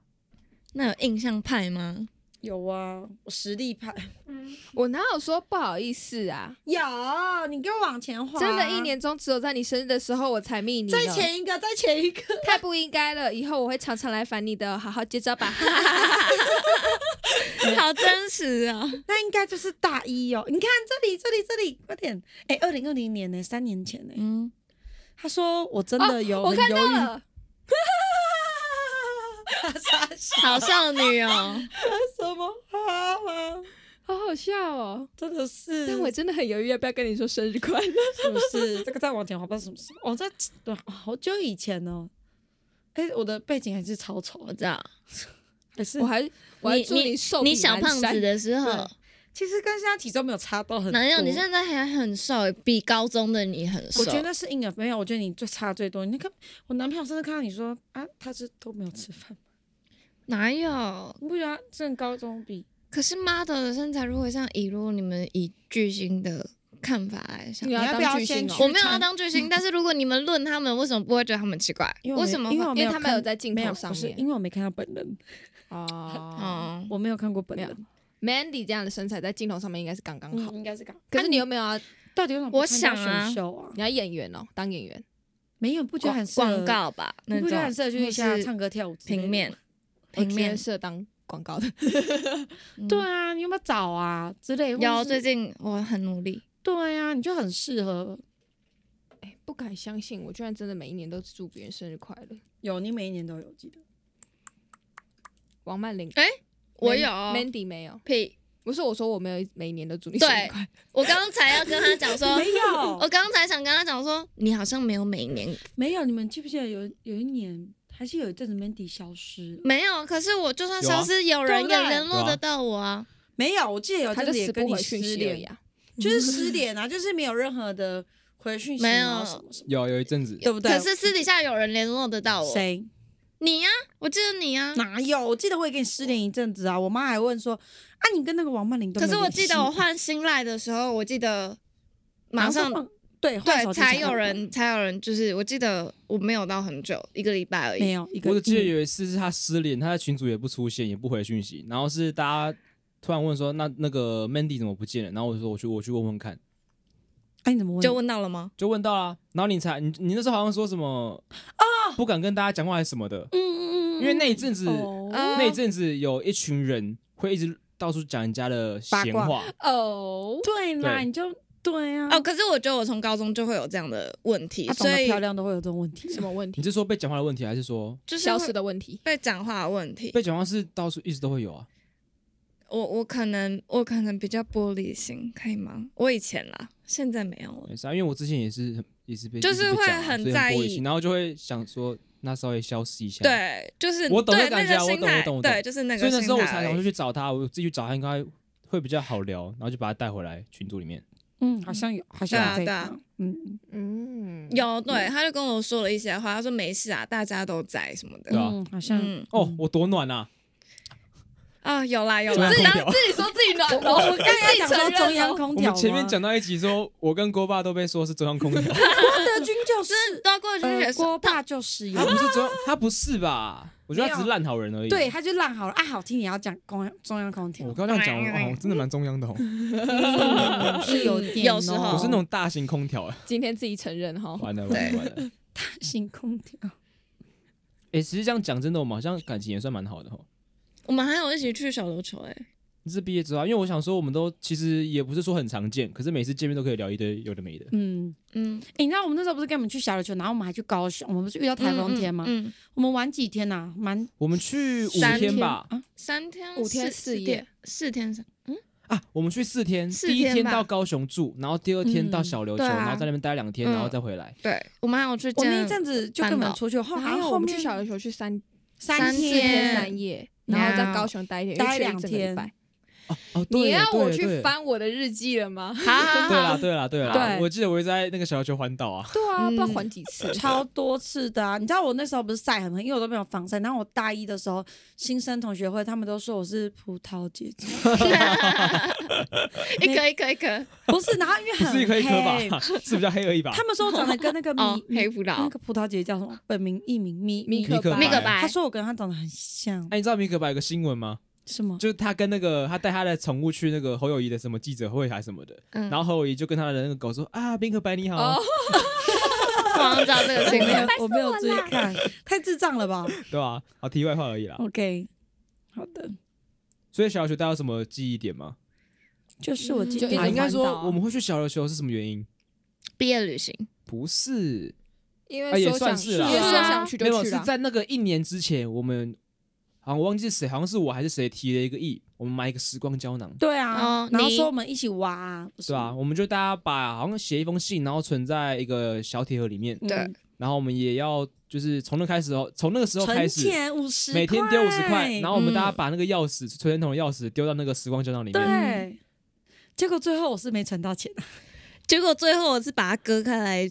Speaker 2: 那有印象派吗？
Speaker 3: 有啊，我实力派
Speaker 4: 我哪有说不好意思啊？
Speaker 3: 有，你给我往前滑。
Speaker 4: 真的，一年中只有在你生日的时候我才密你呢，
Speaker 3: 再前一个，再前一个，
Speaker 4: 太不应该了。以后我会常常来烦你的，好好接招吧。
Speaker 2: 好真实啊！
Speaker 3: 那应该就是大一哦。你看这里，这里，这里，快点！哎，二零二零年呢、三年前呢、
Speaker 2: 嗯，
Speaker 3: 他说 我真的有、
Speaker 4: 哦我
Speaker 3: 很
Speaker 4: 看
Speaker 3: 犹
Speaker 4: 到
Speaker 3: 豫
Speaker 4: 了，
Speaker 2: 好少女哦，
Speaker 3: 什么哈啦，
Speaker 4: 好好笑哦。
Speaker 3: 真的
Speaker 2: 嗯
Speaker 3: 是，
Speaker 4: 但我真的很犹豫要不要跟你说生日快乐。
Speaker 3: 是不是这个再往前滑不知道什么时候？哦，这对，好久以前哦。哎，我的背景还是超丑啊
Speaker 2: 我，知道。
Speaker 3: 还是
Speaker 4: 我还我还祝
Speaker 2: 你
Speaker 4: 寿比
Speaker 2: 你小
Speaker 4: 南
Speaker 2: 胖
Speaker 4: 山
Speaker 2: 子的时候
Speaker 3: 对，其实跟现在体重没有差到很多。
Speaker 2: 哪有？你现在还很瘦，比高中的你很瘦。
Speaker 3: 我觉得是婴儿没有，我觉得你最差最多。你那个我男朋友甚至看到你说啊，他是都没有吃饭，
Speaker 2: 哪有？
Speaker 3: 你不觉得他正高中比
Speaker 2: 可是 model 的身材，如果像以如果你们以巨星的看法来想
Speaker 4: 你，
Speaker 3: 要
Speaker 4: 要
Speaker 3: 不要
Speaker 4: 当巨
Speaker 3: 先
Speaker 4: 星
Speaker 3: 啊去
Speaker 2: 我
Speaker 4: 哦，
Speaker 2: 没有要当 巨星，但是如果你们论他们，为什么不会觉得他们奇怪？
Speaker 3: 因为我
Speaker 2: 为什么会？
Speaker 3: 没因为我
Speaker 4: 因为
Speaker 3: 有
Speaker 4: 他
Speaker 3: 看
Speaker 4: 们有在镜
Speaker 3: 没有
Speaker 4: 头
Speaker 3: 不
Speaker 4: 上
Speaker 3: 是
Speaker 4: 面
Speaker 3: 因为我没看到本人，
Speaker 4: 哦。
Speaker 2: 哦，
Speaker 3: 我没有看过本
Speaker 4: 没有
Speaker 3: 人，
Speaker 4: Mandy 这样的身材在镜头上面应该是刚刚好
Speaker 3: 嗯，，应该是刚。
Speaker 4: 可是你
Speaker 3: 啊
Speaker 4: 有没有要
Speaker 3: 到底有什么不
Speaker 2: 我
Speaker 3: 参加
Speaker 2: 想啊
Speaker 3: 选秀啊？
Speaker 4: 你要演员哦，当演员。
Speaker 3: 没有，不觉得很
Speaker 2: 广
Speaker 3: 适
Speaker 2: 广？
Speaker 3: 合
Speaker 2: 告吧，
Speaker 3: 你
Speaker 2: 那
Speaker 3: 不觉得很适合
Speaker 2: 种
Speaker 3: 去
Speaker 2: 或
Speaker 3: 像
Speaker 2: 是
Speaker 3: 唱歌跳舞之类的
Speaker 2: 平面？
Speaker 4: 我
Speaker 2: 平面
Speaker 4: 适合当广告的。
Speaker 2: 嗯
Speaker 3: 对啊，你有没有找啊之类？或者
Speaker 2: 有
Speaker 3: 是
Speaker 2: 最近我很努力，
Speaker 3: 对啊，你就很适合。
Speaker 4: 哎，不敢相信，我居然真的每一年都祝别人生日快乐。
Speaker 3: 有，你每一年 都有记得。
Speaker 4: 王曼玲，
Speaker 2: 哎
Speaker 4: Man-
Speaker 2: 我有
Speaker 4: Mandy 没有。
Speaker 2: 屁！
Speaker 4: 不是我说我没有每一年都祝你生日快乐，
Speaker 2: 我刚才要跟他 讲说，
Speaker 3: 没有
Speaker 2: 我，刚才想跟他讲说，你好像没有每年
Speaker 3: 没有。你们记不记得
Speaker 2: 哦
Speaker 3: 有有一年，还是有一阵子 Mandy 消失了？
Speaker 2: 没有，可是我就算
Speaker 1: 有啊
Speaker 2: 消失，有人
Speaker 3: 对
Speaker 2: 有
Speaker 3: 不对
Speaker 2: 联络
Speaker 1: 有啊
Speaker 2: 得到我啊。
Speaker 3: 没有，我记得有一
Speaker 4: 他
Speaker 3: 阵
Speaker 4: 就
Speaker 3: 子也
Speaker 4: 死
Speaker 3: 跟
Speaker 4: 不
Speaker 3: 你
Speaker 4: 回讯
Speaker 3: 失
Speaker 4: 息而已
Speaker 3: 联，
Speaker 4: 啊。
Speaker 3: 就是失联啊， 就是没有任何的回讯息，
Speaker 2: 嗯没有
Speaker 3: 然后什么什么，
Speaker 1: 有有一阵子，
Speaker 3: 对不对？啊
Speaker 2: 可是私底下有人联络得到我，
Speaker 3: 谁
Speaker 2: 你呀、我记得你啊呀、
Speaker 3: 哪有？我记得我也跟你失联一阵子啊，我妈还问说啊，你跟那个王曼玲都没
Speaker 2: 可是
Speaker 3: 有
Speaker 2: 我
Speaker 3: 联系
Speaker 2: 记得我换新赖的时候，我记得马
Speaker 3: 马
Speaker 2: 上
Speaker 3: 换对换手
Speaker 2: 对
Speaker 3: 机
Speaker 2: 才有人才有人，就是我记得我没有到很久，一个嗯礼拜而
Speaker 3: 没
Speaker 2: 已。
Speaker 3: 有一个，
Speaker 1: 我只记得有一次是他失联，他在群组也不出现，也不回讯息，然后是大家突然问说，那那个 Mandy 怎么不见了？然后我就说我去我去问问看，
Speaker 3: 哎，你怎么问？
Speaker 2: 就问到了吗？
Speaker 1: 就问到啦、然后你才你你那时候好像说什么
Speaker 2: 哦
Speaker 1: 啊，不敢跟大家讲话还是什么的，
Speaker 3: 嗯嗯嗯，
Speaker 1: 因为那一阵子、
Speaker 3: 哦
Speaker 2: 嗯
Speaker 1: 那一阵子有一群人会一直到处讲人家的闲
Speaker 3: 八
Speaker 1: 话，
Speaker 4: 哦，
Speaker 3: 对啦，
Speaker 1: 对
Speaker 3: 你就对啊，
Speaker 2: 哦，可是我觉得我从高中就会有这样的问题，
Speaker 3: 她长
Speaker 2: 所
Speaker 3: 得
Speaker 2: 以
Speaker 3: 漂亮都会有这种问题，
Speaker 4: 什么问
Speaker 1: 你
Speaker 4: 题？
Speaker 1: 是说被讲话的问题，还是说
Speaker 2: 就是
Speaker 4: 消失
Speaker 2: 会
Speaker 4: 的问题。
Speaker 2: 被讲话的问题。
Speaker 1: 被讲话是到处一直都会有啊？
Speaker 2: 我我可能我可能比较玻璃心，可以吗？我以前啦，现在没有了。
Speaker 1: 没事啊，因为我之前也是很也是被
Speaker 2: 就是
Speaker 1: 一直被讲啊
Speaker 2: 会很
Speaker 1: 所以
Speaker 2: 在
Speaker 1: 玻璃
Speaker 2: 意
Speaker 1: 心然后就会想说那稍微消失一下，，
Speaker 2: 对，就是
Speaker 1: 我懂
Speaker 2: 对
Speaker 1: 那感
Speaker 2: 那
Speaker 1: 觉啊
Speaker 2: 个
Speaker 1: 我
Speaker 2: 心
Speaker 1: 懂我
Speaker 2: 态
Speaker 1: 懂我，懂
Speaker 2: 对，就是那个
Speaker 1: 所以那
Speaker 2: 心
Speaker 1: 时候我
Speaker 2: 态
Speaker 1: 才
Speaker 2: 而
Speaker 1: 想
Speaker 2: 已
Speaker 1: 说去找他，我自己去找他应该会比较好聊，然后就把他带回来群组里面。
Speaker 3: 嗯，好像有，好像有这一
Speaker 2: 对啊
Speaker 3: 档，嗯，
Speaker 4: 嗯，
Speaker 2: 有，对，他就跟我说了一些话，他说没事啊，大家都在什么的
Speaker 1: 对。啊
Speaker 3: 嗯，好像
Speaker 2: 嗯
Speaker 1: 哦，我多暖啊！
Speaker 2: 啊，有啦有
Speaker 1: 中
Speaker 2: 啦
Speaker 1: 央，
Speaker 4: 自己
Speaker 1: 空调
Speaker 4: 自己说自己哦暖
Speaker 3: 我
Speaker 4: 楼，
Speaker 3: 我刚才讲说中央空
Speaker 1: 我
Speaker 3: 调
Speaker 1: 们
Speaker 3: 啊吗，
Speaker 1: 前面讲到一集说，我跟郭爸都被说是中央空 调，
Speaker 3: 郭德军 就是
Speaker 2: 都过去
Speaker 3: 呃
Speaker 2: 学
Speaker 3: 郭爸就是
Speaker 1: 他
Speaker 3: 有
Speaker 1: 不，是中央，他不是吧？我觉得他只是烂好人而已。哦
Speaker 3: 对，，他就烂好了啊，好听也要讲中央中央空调
Speaker 1: 我，刚刚这样讲，哦，我真的蛮中央的哦，
Speaker 3: 嗯是
Speaker 1: 呃
Speaker 3: 有点哦，
Speaker 2: 有时候
Speaker 1: 我是那种大型空调，哎
Speaker 4: 今天自己承认哈，
Speaker 1: 完了完了
Speaker 2: 对
Speaker 1: 完了。
Speaker 3: 新空调，
Speaker 1: 哎，其实这样讲真的，我们好像感情也算蛮好的哦。
Speaker 2: 我们还有一起去小琉球哎、
Speaker 1: 是毕业之后啊，因为我想说，我们都其实也不是说很常见，可是每次见面都可以聊一堆有的没的。
Speaker 3: 嗯，
Speaker 2: 嗯，
Speaker 3: 诶你知道我们那时候不是跟你们去小琉球，然后我们还去高雄，我们不是遇到台风天吗？
Speaker 2: 嗯，嗯
Speaker 3: 我们玩几天呐、蛮
Speaker 1: 我们去五
Speaker 2: 三
Speaker 1: 天吧，
Speaker 3: 啊，
Speaker 2: 三天
Speaker 4: 五天四夜
Speaker 2: 天，四天三，
Speaker 1: 啊，我们去四天，
Speaker 2: 四
Speaker 1: 第一
Speaker 2: 天
Speaker 1: 天
Speaker 2: 吧
Speaker 1: 到高雄住，然后第二天到
Speaker 3: 嗯
Speaker 1: 小琉球，
Speaker 3: 对啊
Speaker 1: 然后在那边待两天，
Speaker 2: 嗯
Speaker 1: 然后再回来。
Speaker 2: 对，我们还有去
Speaker 3: 我那
Speaker 2: 见，
Speaker 3: 一阵子就跟你们出去，后
Speaker 4: 还
Speaker 3: 来
Speaker 4: 有
Speaker 3: 后
Speaker 4: 我们
Speaker 3: 面
Speaker 4: 去小琉球去三
Speaker 3: 三
Speaker 4: 四
Speaker 2: 天
Speaker 4: 三夜，然后在高雄待一天，
Speaker 3: 待
Speaker 4: 又去了一
Speaker 3: 两
Speaker 4: 整个礼
Speaker 3: 天
Speaker 4: 拜。
Speaker 1: 哦哦，对
Speaker 4: 你要我
Speaker 1: 对
Speaker 4: 去
Speaker 1: 对
Speaker 4: 翻我的日记了吗？
Speaker 2: 好好
Speaker 1: 对啦，
Speaker 2: 好，
Speaker 1: 对啦，对啦，
Speaker 3: 对
Speaker 1: 我记得我一直在那个小琉球环岛 啊，
Speaker 4: 对啊，
Speaker 2: 嗯
Speaker 4: 不知道还几 次。
Speaker 3: 超多次的啊！你知道我那时候不是晒很黑，因为我都没有防晒。然后我大一的时候，新生同学会，他们都说我是葡萄姐姐，
Speaker 2: 一颗一颗一颗，
Speaker 3: 不是。然后因为
Speaker 1: 不
Speaker 3: 很
Speaker 1: 是
Speaker 3: 黑，
Speaker 1: 一颗
Speaker 3: 啊
Speaker 1: 一颗吧，是比较黑而已吧。
Speaker 3: 他们说我长得跟那个 米、
Speaker 2: 哦，黑葡
Speaker 3: 那
Speaker 2: 萄
Speaker 3: 个，葡萄姐姐叫什么？本名艺名咪
Speaker 4: 米
Speaker 1: 可
Speaker 4: 可
Speaker 1: 白
Speaker 4: 白
Speaker 2: 那个
Speaker 1: 白
Speaker 2: 吧
Speaker 3: 他，说我跟她长得很像，
Speaker 1: 哎，你知道米可白有个新闻吗？
Speaker 3: 什么？
Speaker 1: 就是他跟那个他带他的宠物去那个侯友谊的什么记者会还是什么的，
Speaker 2: 嗯
Speaker 1: 然后侯友谊就跟他的那个狗说啊，米可白你
Speaker 4: 哦
Speaker 1: 好，，
Speaker 2: 我好像知道这个
Speaker 3: 我
Speaker 2: 新
Speaker 3: 没有
Speaker 2: 闻，，
Speaker 3: 我没有注意看，太智障了吧
Speaker 1: 对吧？好，题外话而已啦。
Speaker 3: ？OK，好的，
Speaker 1: 所以小琉球大家有什么记忆点吗？
Speaker 3: 就是我今
Speaker 4: 就一直
Speaker 1: 啊，
Speaker 3: 天
Speaker 1: 应该
Speaker 4: 环岛
Speaker 1: 说
Speaker 4: 啊
Speaker 1: 我们会去小琉球是什么原因？
Speaker 2: 毕业旅行，
Speaker 1: 不是，
Speaker 4: 因
Speaker 1: 啊
Speaker 4: 为
Speaker 1: 也
Speaker 4: 说
Speaker 1: 算
Speaker 4: 想
Speaker 1: 是
Speaker 4: 去，
Speaker 1: 啦
Speaker 4: 因为说
Speaker 2: 是啊
Speaker 4: 想去就
Speaker 1: 没有
Speaker 4: 去
Speaker 1: 是
Speaker 4: 了。
Speaker 1: 在那个一年之前，我们好像我忘记是谁，好像是我还是谁提了一个议，我们买一个时光胶囊，
Speaker 3: 对啊
Speaker 2: 哦，
Speaker 3: 然后
Speaker 2: 你
Speaker 3: 说我们一起挖啊，不
Speaker 1: 是吧？
Speaker 3: 吗？
Speaker 1: 我们就大家把好像写一封信，然后存在一个小铁盒里面，
Speaker 2: 对
Speaker 3: 嗯
Speaker 1: 然后我们也要就是从那开始哦，从那个时候开
Speaker 3: 存
Speaker 1: 始，
Speaker 3: 钱五十，
Speaker 1: 每天丢五十块，然后我们
Speaker 2: 嗯
Speaker 1: 大家把那个钥匙存钱筒的钥匙丢到那个时光胶囊里面，
Speaker 3: 对。结果最后我是没存 到钱，
Speaker 5: 结果最后我是把它割开来，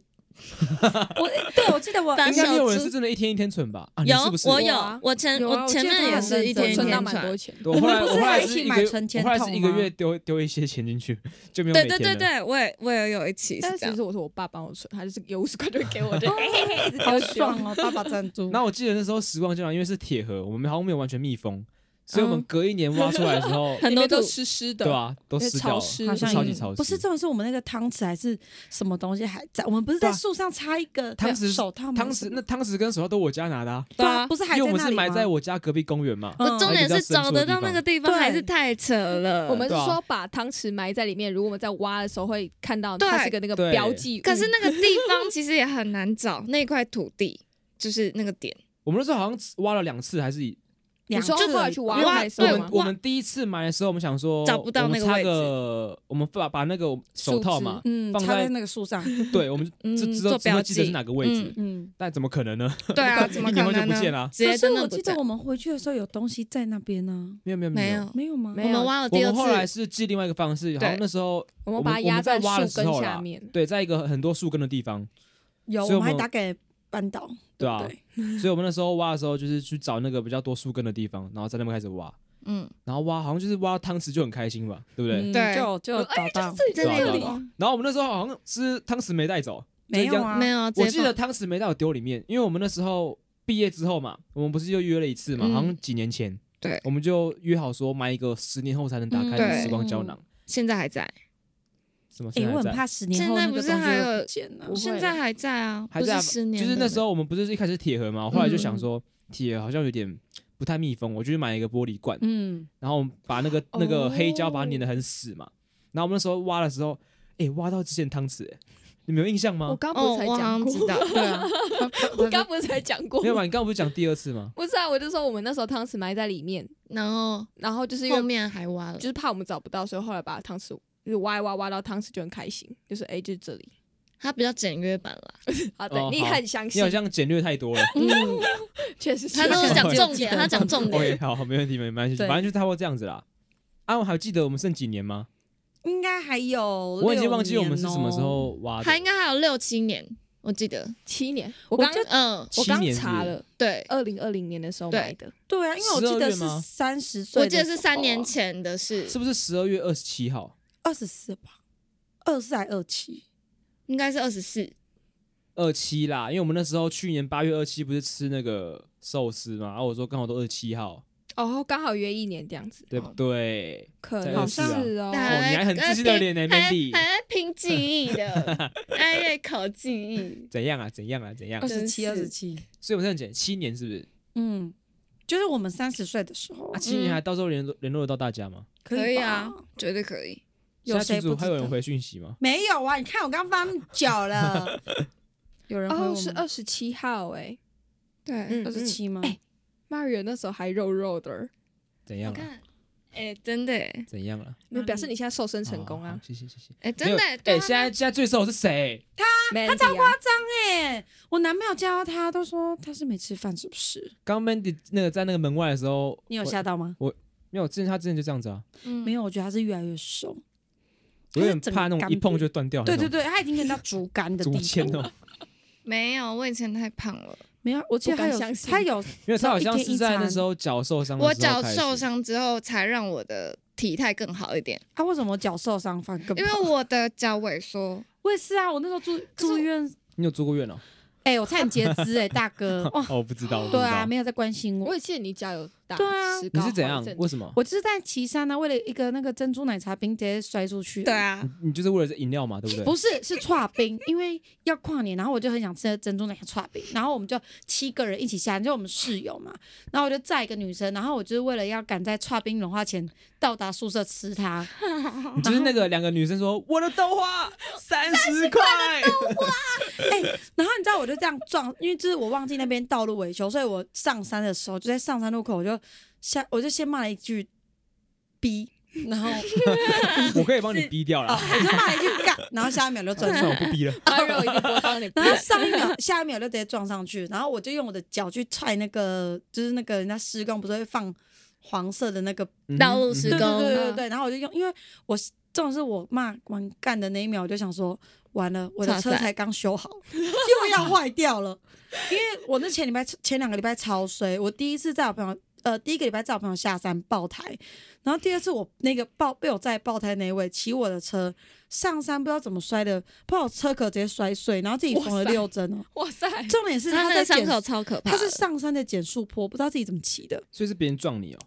Speaker 3: 我对我记得我
Speaker 5: 反
Speaker 1: 应
Speaker 5: 正
Speaker 1: 该没有人
Speaker 5: 小猪
Speaker 1: 是真的一天一天存吧？啊，你
Speaker 5: 有
Speaker 1: 是不是？
Speaker 5: 我
Speaker 4: 有
Speaker 5: 有
Speaker 4: 啊，
Speaker 5: 我前
Speaker 4: 有啊
Speaker 5: 我前
Speaker 4: 我记得
Speaker 5: 面也是一天
Speaker 4: 我
Speaker 5: 一
Speaker 4: 存到
Speaker 5: 天
Speaker 4: 蛮多
Speaker 5: 存。
Speaker 4: 钱的。
Speaker 1: 我后来
Speaker 3: 我们不
Speaker 1: 我
Speaker 3: 是
Speaker 1: 后来
Speaker 3: 还一起
Speaker 1: 是一
Speaker 3: 买
Speaker 1: 个月
Speaker 3: 存钱
Speaker 1: 我后来是一个
Speaker 3: 筒吗
Speaker 1: 月丢丢一些钱进去，就没有
Speaker 2: 对
Speaker 1: 每
Speaker 2: 对
Speaker 1: 天
Speaker 2: 对
Speaker 1: 了
Speaker 2: 对，我也我也有一期
Speaker 4: 但
Speaker 2: 是啊
Speaker 4: 是
Speaker 2: 这
Speaker 4: 其
Speaker 2: 样
Speaker 4: 实，我说我爸帮我存，他就是有五十块就会给我，就一直
Speaker 3: 好
Speaker 4: 丢
Speaker 3: 爽哦，爸爸赞助。
Speaker 1: 那我记得那时候时光胶囊因为是铁盒，我们好像没有完全密封，所以我们隔一年挖出来的时候，
Speaker 5: 很
Speaker 4: 很
Speaker 5: 多
Speaker 4: 多
Speaker 5: 都
Speaker 4: 都湿湿 的，
Speaker 1: 对啊，都
Speaker 4: 因为
Speaker 1: 湿掉
Speaker 4: 潮
Speaker 1: 了，
Speaker 4: 湿，
Speaker 3: 好
Speaker 1: 就
Speaker 3: 像
Speaker 1: 超级
Speaker 3: 有
Speaker 1: 潮湿。
Speaker 3: 不是，重点是我们那个汤匙还是什么东西还在，我们不是在
Speaker 1: 对啊
Speaker 3: 树上插一个
Speaker 1: 汤匙
Speaker 3: 手套吗？
Speaker 1: 汤匙，那汤匙跟手套都我家拿的、啊，
Speaker 3: 对啊，不是还
Speaker 1: 因为我们
Speaker 3: 那
Speaker 1: 是
Speaker 3: 里
Speaker 1: 埋
Speaker 3: 吗
Speaker 1: 在我家隔壁公园嘛。
Speaker 3: 嗯
Speaker 5: 我重点是找得到那个地方
Speaker 3: 对
Speaker 5: 还是太扯了。
Speaker 4: 我们是
Speaker 1: 对啊
Speaker 4: 说把汤匙埋在里面，如果我们在挖的时候会看到它
Speaker 2: 对
Speaker 4: 是一个那个
Speaker 1: 对
Speaker 4: 标记物。
Speaker 2: 可是那个地方其实也很难找，那块土地就是那个点，
Speaker 1: 我们那时候好像挖了两次，还是
Speaker 4: 你
Speaker 3: 两
Speaker 4: 说
Speaker 3: 次啊
Speaker 4: 后来
Speaker 3: 而已
Speaker 4: 去挖
Speaker 2: 因为
Speaker 4: 它的时
Speaker 1: 我
Speaker 4: 候
Speaker 2: 对
Speaker 1: 们
Speaker 4: 吗？
Speaker 1: 我们第一次埋的时候，我们想说
Speaker 2: 找不到那个
Speaker 1: 我们插
Speaker 2: 位置
Speaker 1: 个，我们把把那个手套嘛，
Speaker 3: 嗯，
Speaker 1: 放
Speaker 3: 插
Speaker 1: 在
Speaker 3: 在那个 树上，
Speaker 1: 对，我们
Speaker 2: 嗯
Speaker 1: 就知
Speaker 2: 做
Speaker 1: 道只会
Speaker 2: 标
Speaker 1: 记得是
Speaker 2: 记
Speaker 1: 哪个位置，
Speaker 3: 嗯。
Speaker 1: 但怎么可能呢？
Speaker 2: 对啊，怎么
Speaker 1: 一
Speaker 2: 可
Speaker 1: 年后就
Speaker 2: 能
Speaker 1: 不
Speaker 2: 呢？
Speaker 1: 见了。
Speaker 2: 直
Speaker 3: 可
Speaker 2: 接
Speaker 3: 是
Speaker 2: 真
Speaker 3: 我
Speaker 2: 的不
Speaker 3: 记得
Speaker 2: 在
Speaker 3: 我，们回去的时候有东西在那边呢，
Speaker 1: 没有没有
Speaker 2: 没
Speaker 1: 有
Speaker 2: 有，。啊
Speaker 3: 没有吗？
Speaker 4: 没
Speaker 2: 我们挖了
Speaker 1: 我
Speaker 2: 第二
Speaker 1: 们后来
Speaker 2: 次，
Speaker 1: 是记另外一个方式，好像
Speaker 2: 对
Speaker 1: 那时候
Speaker 4: 我
Speaker 1: 我
Speaker 4: 们把它
Speaker 1: 我
Speaker 4: 压
Speaker 1: 们在
Speaker 4: 在
Speaker 1: 挖的
Speaker 4: 树
Speaker 1: 时
Speaker 4: 根
Speaker 1: 候
Speaker 4: 下
Speaker 1: 啦
Speaker 4: 面，
Speaker 1: 对，在一个很多树根的地方，
Speaker 3: 有，
Speaker 1: 所以
Speaker 3: 我
Speaker 1: 我
Speaker 3: 们
Speaker 1: 们
Speaker 3: 还打给班导，
Speaker 1: 对
Speaker 3: 对
Speaker 1: 啊
Speaker 3: 不对？
Speaker 1: 所以我们那时候挖的时候，就是去找那个比较多树根的地方，然后在那边开始挖，
Speaker 2: 嗯，
Speaker 1: 然后挖好像就是挖汤匙就很开心吧，对不对？
Speaker 3: 嗯
Speaker 2: 对
Speaker 3: 就就找到，
Speaker 1: 对啊
Speaker 2: 这
Speaker 1: 对啊
Speaker 2: 里
Speaker 1: 对啊然后我们那时候好像是汤匙没带走，
Speaker 3: 没
Speaker 1: 就
Speaker 3: 有
Speaker 1: 这样
Speaker 3: 啊，
Speaker 2: 没有啊，直
Speaker 1: 我
Speaker 2: 接
Speaker 1: 记得汤匙没带我丢里面，因为我们那时候毕业之后嘛，我们不是就约了一次嘛，
Speaker 2: 嗯
Speaker 1: 好像几年前，
Speaker 2: 对
Speaker 1: 我们就约好说买一个十年后才能打开的
Speaker 2: 嗯
Speaker 1: 时光胶囊，
Speaker 2: 现在还在，
Speaker 1: 什么
Speaker 3: 哎，
Speaker 1: 现在
Speaker 3: 我
Speaker 1: 还
Speaker 3: 很
Speaker 1: 在。
Speaker 3: 怕十年后那个东西
Speaker 2: 现在不是还
Speaker 3: 会
Speaker 2: 有
Speaker 3: 不见了
Speaker 4: 不会
Speaker 2: 现在还在啊，
Speaker 1: 还
Speaker 2: 不
Speaker 1: 在啊
Speaker 2: 是十年
Speaker 1: 就
Speaker 2: 了，
Speaker 1: 是那时候我们不是一开始铁盒嘛，我后来就想说铁盒好像有点不太密封，我就去买一个玻璃罐，
Speaker 3: 嗯，
Speaker 1: 然后我们把那个那个
Speaker 4: 哦
Speaker 1: 黑胶把它粘得很死嘛。然后我们那时候挖的时候，哎，挖到之前汤匙，哎你们有印象
Speaker 4: 我
Speaker 1: 吗？
Speaker 4: 刚不
Speaker 2: 哦，
Speaker 4: 是才
Speaker 2: 我好
Speaker 4: 讲
Speaker 2: 像
Speaker 4: 过
Speaker 2: 知，道，
Speaker 3: 对啊，
Speaker 4: 我刚不是才讲过
Speaker 1: 没，有啊吧？你刚刚不是讲第二次吗？
Speaker 4: 不是啊，我就说我们那时候汤匙埋在里面，
Speaker 2: 然后
Speaker 4: 然后就是因
Speaker 2: 后
Speaker 4: 为
Speaker 2: 面还挖了
Speaker 4: 就，是怕我们找不到，所以后来把汤匙就是挖一挖挖到汤匙就很开心，就是哎就是这里，
Speaker 2: 它比较简约版啦，
Speaker 4: 好的，
Speaker 1: 哦
Speaker 4: 你
Speaker 1: 好
Speaker 4: 很详
Speaker 1: 你
Speaker 4: 细
Speaker 1: 好，像简略太多了。
Speaker 4: 确实是
Speaker 2: 它都是讲重点，
Speaker 3: 我
Speaker 2: 它讲重
Speaker 1: OK，
Speaker 2: 点，
Speaker 1: 好，没问题，没关系，
Speaker 3: 对
Speaker 1: 反正就差不多这样子啦。啊，我还记得我们剩几年吗？
Speaker 3: 应该还有、
Speaker 1: 我已经忘记我们是什么时。候挖的
Speaker 2: 他，应该哦还有六七年，我记得。
Speaker 4: 七年，我刚
Speaker 2: 嗯，
Speaker 4: 我
Speaker 1: 七
Speaker 4: 刚
Speaker 1: 年是不
Speaker 4: 查
Speaker 1: 是
Speaker 4: 了，
Speaker 2: 对，
Speaker 4: 二零二零年的时候
Speaker 2: 对
Speaker 4: 买的，
Speaker 3: 对啊，因为我记
Speaker 1: 12
Speaker 3: 得
Speaker 1: 月吗
Speaker 3: 是三十岁
Speaker 2: 我
Speaker 3: 的时候啊，
Speaker 2: 记得是三年前的事，
Speaker 1: 是不是十二月二十七号？
Speaker 3: 二十四吧，二四还二七，
Speaker 2: 应该是二十四。
Speaker 1: 二七啦，因为我们那时候去年八月二七不是吃那个寿司嘛，然、啊后我说刚好都二十七号，
Speaker 4: 哦，刚好约一年这样子，
Speaker 1: 对不对？
Speaker 4: 可
Speaker 1: 在
Speaker 4: 能
Speaker 1: 24啊
Speaker 4: 是哦，
Speaker 2: 那
Speaker 1: 你还很自信的脸呢
Speaker 2: 呃还在
Speaker 1: Mandy
Speaker 2: 还在拼记忆的，还在考记忆。
Speaker 1: 怎样啊？怎样啊？怎样
Speaker 3: 二
Speaker 1: 啊？
Speaker 3: 十
Speaker 2: 真
Speaker 3: 七
Speaker 2: 是
Speaker 3: 二十七，
Speaker 1: 所以我在讲七年是不是？
Speaker 3: 嗯，就是我们三十岁的时候
Speaker 1: 啊，，七年还到时候联络联络得到大家吗？
Speaker 2: 可
Speaker 3: 以
Speaker 2: 以
Speaker 3: 吧
Speaker 2: 啊，绝对可以。
Speaker 3: 有
Speaker 1: 现在
Speaker 3: 谁
Speaker 1: 群主
Speaker 3: 不
Speaker 1: 还
Speaker 3: 知
Speaker 1: 有人
Speaker 3: 道？
Speaker 1: 回讯息吗？
Speaker 3: 没有啊，你看我刚翻脚了，有人回我
Speaker 4: 哦，
Speaker 3: 们
Speaker 4: 是二十七号哎、
Speaker 2: 对，
Speaker 4: 嗯
Speaker 3: 二十七吗？
Speaker 4: 哎 Mario 那时候还肉肉的儿，
Speaker 1: 怎样
Speaker 2: 我
Speaker 1: 啊？
Speaker 2: 看，哎，真的耶，
Speaker 1: 怎样啊？
Speaker 4: 那表示你现在瘦身成功
Speaker 1: 好好
Speaker 4: 啊
Speaker 1: 好谢谢谢谢。
Speaker 2: 哎，
Speaker 1: 没
Speaker 2: 真
Speaker 1: 有
Speaker 2: 的耶，对
Speaker 1: 哎，
Speaker 2: 啊
Speaker 1: 现在现在最瘦的是谁？
Speaker 3: 啊
Speaker 4: 他超夸张，
Speaker 3: 哎，我男朋友见到他都说他是没吃饭，是不是？
Speaker 1: 刚 Mandy 那个在那个门外的时候，
Speaker 3: 你有
Speaker 1: 我
Speaker 3: 吓？到吗？
Speaker 1: 没有，之前他之前就这样子啊，
Speaker 2: 嗯
Speaker 3: 没有，我觉得他是越来越瘦。
Speaker 1: 我有点
Speaker 3: 他是整个
Speaker 1: 怕那种一
Speaker 3: 干瘪
Speaker 1: 碰就断掉。
Speaker 3: 对对，对，他已经变到竹竿的
Speaker 1: 竹
Speaker 3: 地
Speaker 1: 签
Speaker 3: 步
Speaker 1: 哦
Speaker 3: 了。，
Speaker 2: 没有，我以前太胖了，
Speaker 3: 没有，我记得
Speaker 4: 不
Speaker 3: 他
Speaker 4: 敢
Speaker 3: 有
Speaker 4: 相信
Speaker 3: 他有
Speaker 1: 因为他好像
Speaker 3: 一天
Speaker 1: 是
Speaker 3: 一
Speaker 1: 在那
Speaker 3: 餐
Speaker 1: 时候脚受伤的
Speaker 2: 我
Speaker 1: 时候
Speaker 2: 脚
Speaker 1: 开始，
Speaker 2: 受伤之后才让我的体态更好一点，
Speaker 3: 他为什么脚受伤反而更
Speaker 2: 因为
Speaker 3: 胖
Speaker 2: 我的脚萎缩，
Speaker 3: 我也是啊，我那时候住住院，
Speaker 1: 你有住过院哦？
Speaker 3: 哎、我差点截肢哎、大哥哇，
Speaker 1: 哦，我不知道，我不知
Speaker 3: 对啊，
Speaker 1: 道
Speaker 3: 没有在关心
Speaker 4: 我
Speaker 3: 我。
Speaker 4: 也记得你家有打
Speaker 3: 对啊
Speaker 4: 石膏
Speaker 1: 哦你是怎样
Speaker 4: 好一阵？子
Speaker 1: 为什么？
Speaker 3: 我就是在岐山呢、啊，为了一个那个珍珠奶茶冰直接摔出去。
Speaker 2: 对，啊，
Speaker 5: 嗯
Speaker 1: 你就是为了这饮料嘛，对不对？
Speaker 3: 不是是串冰，因为要跨年，然后我就很想吃珍珠奶茶串冰，然后我们就七个人一起下来，就我们室友嘛，然后我就载一个女生，然后我就是为了要赶在串冰融化前到达宿舍吃它。
Speaker 1: 你就是那个两个女生说我的豆花三十块，
Speaker 3: 然后你知道我就这样撞，因为就是我忘记那边道路维修，所以我上山的时候就在上山路口，我就下我就先骂了一句“逼”，然后
Speaker 1: 我可以帮你逼掉了
Speaker 3: 哦，，我就骂了一句“干”，然后下一秒就转
Speaker 1: 算
Speaker 3: 身，
Speaker 1: 了，我不逼了。
Speaker 4: Mario 已经播 放你，
Speaker 3: 然后上一秒下一秒就直接撞上去，然后我就用我的脚去踹那个，就是那个人家施工不是会放黄色的那个，
Speaker 1: 嗯
Speaker 5: 道路施
Speaker 3: 对
Speaker 5: 工
Speaker 3: 对对对对，然后我就用，因为我这种是我骂完干的那一秒，我就想说。完了，我的
Speaker 5: 哇
Speaker 3: 车
Speaker 5: 塞
Speaker 3: 才刚修好，又要坏掉了。因为我那前礼拜、前两个礼拜超衰，我第一次载我朋友，呃，第一个礼拜载我朋友下山爆胎，然后第二次我那个爆被我载爆胎那一位骑我的车上山，不知道怎么摔的，把我车壳直接摔碎，然后自己缝了
Speaker 4: 哇塞
Speaker 3: 六针哦。
Speaker 4: 哇塞，
Speaker 3: 重点是
Speaker 5: 他
Speaker 3: 他
Speaker 5: 那
Speaker 3: 在
Speaker 5: 个伤
Speaker 3: 减，
Speaker 5: 口超可怕
Speaker 3: 他
Speaker 5: 的，
Speaker 3: 是上山的减速坡，不知道自己怎么骑的。
Speaker 1: 所以是别人撞你哦，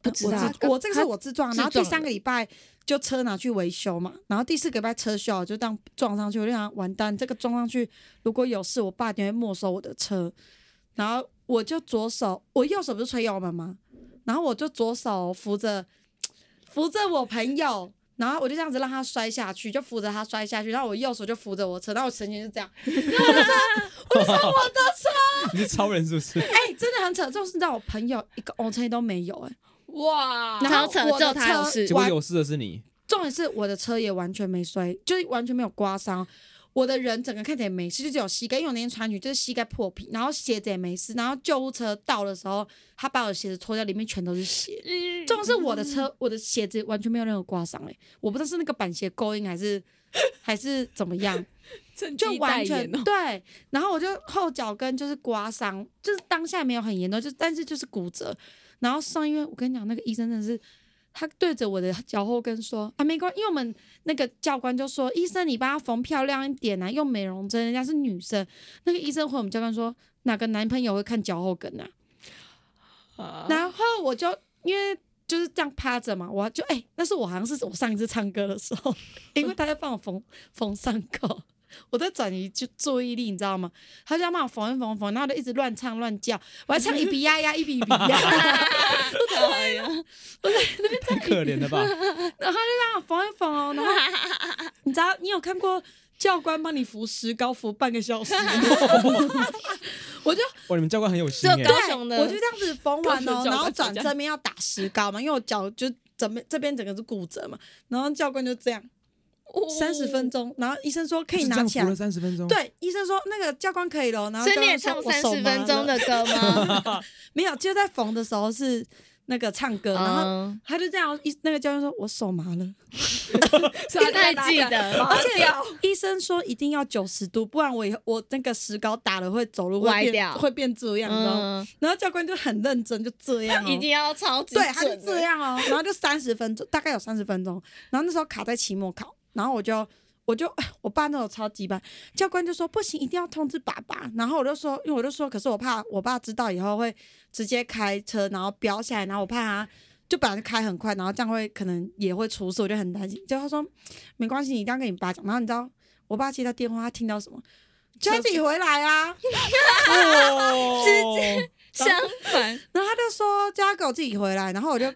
Speaker 2: 不知
Speaker 3: 我
Speaker 2: 道啊
Speaker 3: 自我这个是我自撞，
Speaker 2: 自
Speaker 3: 然后第
Speaker 2: 撞
Speaker 3: 三
Speaker 2: 的
Speaker 3: 个礼拜就车拿去维修嘛，然后第四个礼拜车修好啊就当撞上去，我就想完蛋，这个撞上去如果有事，我爸一定会没收我的车。然后我就左手，我右手不是吹油门吗？然后我就左手扶着扶着我朋友，然后我就这样子让他摔下去，就扶着他摔下去，然后我右手就扶着我车，然后我神情就这样，
Speaker 1: 你是超人是不是？
Speaker 3: 哎、真的很扯，就是让我朋友一个 O 车都没有、哎。
Speaker 4: 哇，
Speaker 3: 然后
Speaker 5: 超扯
Speaker 3: 我的
Speaker 5: 就他有
Speaker 3: 车
Speaker 5: 事
Speaker 1: 结果有事的是你，
Speaker 3: 重点是我的车也完全没摔，就是完全没有刮伤。我的人整个看起来也没事，就只有膝盖，因为我那天穿雨就是膝盖破皮，然后鞋子也没事，然后救护车到的时候，他把我的鞋子脱掉，里面全都是血。
Speaker 5: 嗯
Speaker 3: 重点是我的车，我的鞋子完全没有任何刮伤，哎，我不知道是那个板鞋勾印还是还是怎么样，
Speaker 4: 趁
Speaker 3: 就
Speaker 4: 机代
Speaker 3: 完全
Speaker 4: 言哦，
Speaker 3: 对。然后我就后脚跟就是刮伤，就是当下没有很严重，就但是就是骨折。然后上医院，我跟你讲，那个医生真的是，他对着我的脚后跟说啊，没关，因为我们那个教官就说，医生你帮她缝漂亮一点啊，用美容针，人家是女生。那个医生回我们教官说，哪个男朋友会看脚后跟啊？
Speaker 1: 啊
Speaker 4: 那
Speaker 3: 然后我就因为就是这样趴着嘛，我就哎、那是我好像是我上一次唱歌的时候， 因为他在帮我缝缝伤口，我在转移就注意力，你知道吗？他就在帮我缝一缝缝，然后我就一直乱唱乱叫，我还唱一比呀呀一比一比啊 呀，
Speaker 5: 哎呀，
Speaker 1: 太可怜 了吧？
Speaker 3: 然后他就让我缝一缝哦，然后你知道你有看过？教官帮你扶石膏扶半个小时吗，我就
Speaker 1: 哇，你们教官很有心
Speaker 5: 这
Speaker 1: 哎，
Speaker 5: 高
Speaker 3: 对
Speaker 5: 雄的
Speaker 3: 我就这样子缝完
Speaker 4: 高雄
Speaker 3: 哦，
Speaker 4: 教
Speaker 3: 然
Speaker 4: 官
Speaker 3: 后
Speaker 4: 吵
Speaker 3: 转
Speaker 4: 架
Speaker 3: 正面要打石膏嘛，因为我脚就整边这边整个是骨折嘛，然后教官就这样三十分钟，然后医生说可以
Speaker 1: 就这
Speaker 3: 拿
Speaker 1: 样
Speaker 3: 起
Speaker 1: 扶了
Speaker 3: 来。
Speaker 1: 三十分钟，，
Speaker 3: 对，医生说那个教官可以了，然后
Speaker 2: 所以
Speaker 3: 教
Speaker 2: 你也
Speaker 3: 官
Speaker 2: 唱
Speaker 3: 说我
Speaker 2: 三
Speaker 3: 手
Speaker 2: 十
Speaker 3: 麻
Speaker 2: 分钟
Speaker 3: 了，
Speaker 2: 的歌吗？
Speaker 3: 没有，就在缝的时候是那个唱歌，然后
Speaker 5: 嗯，
Speaker 3: 他就这样，医那个教练说我手麻了，
Speaker 4: 所以
Speaker 3: 啊
Speaker 4: 他就
Speaker 5: 太
Speaker 4: 把它
Speaker 5: 记
Speaker 4: 拔
Speaker 5: 得
Speaker 4: 拔
Speaker 3: 而且
Speaker 4: 掉
Speaker 3: 医生说一定要九十度，不然我以后我那个石膏打了会走路
Speaker 5: 歪
Speaker 3: 会变
Speaker 5: 掉
Speaker 3: 会变这样，你知道吗？
Speaker 5: 嗯，
Speaker 3: 然后教官就很认真，就这样、哦，
Speaker 5: 一定要超级
Speaker 3: 对，他就
Speaker 5: 准的
Speaker 3: 这样哦，然后就三十分钟，大概有三十分钟。然后那时候卡在期末考，然后我就我就 我爸那种超级班教官就说不行，一定要通知爸爸。然后我就说，因为我就说，可是我怕我爸知道以后会直接开车，然后飙下来，然后我怕他。就本来就开很快，然后这样会可能也会出事，我就很担心。就他说没关系，你一定要跟你爸讲。然后你知道我爸接到电话，他听到什么？叫自己回来啊！
Speaker 1: 接
Speaker 5: 相 反，
Speaker 3: 然后他就说叫他给我自己回来，然后我就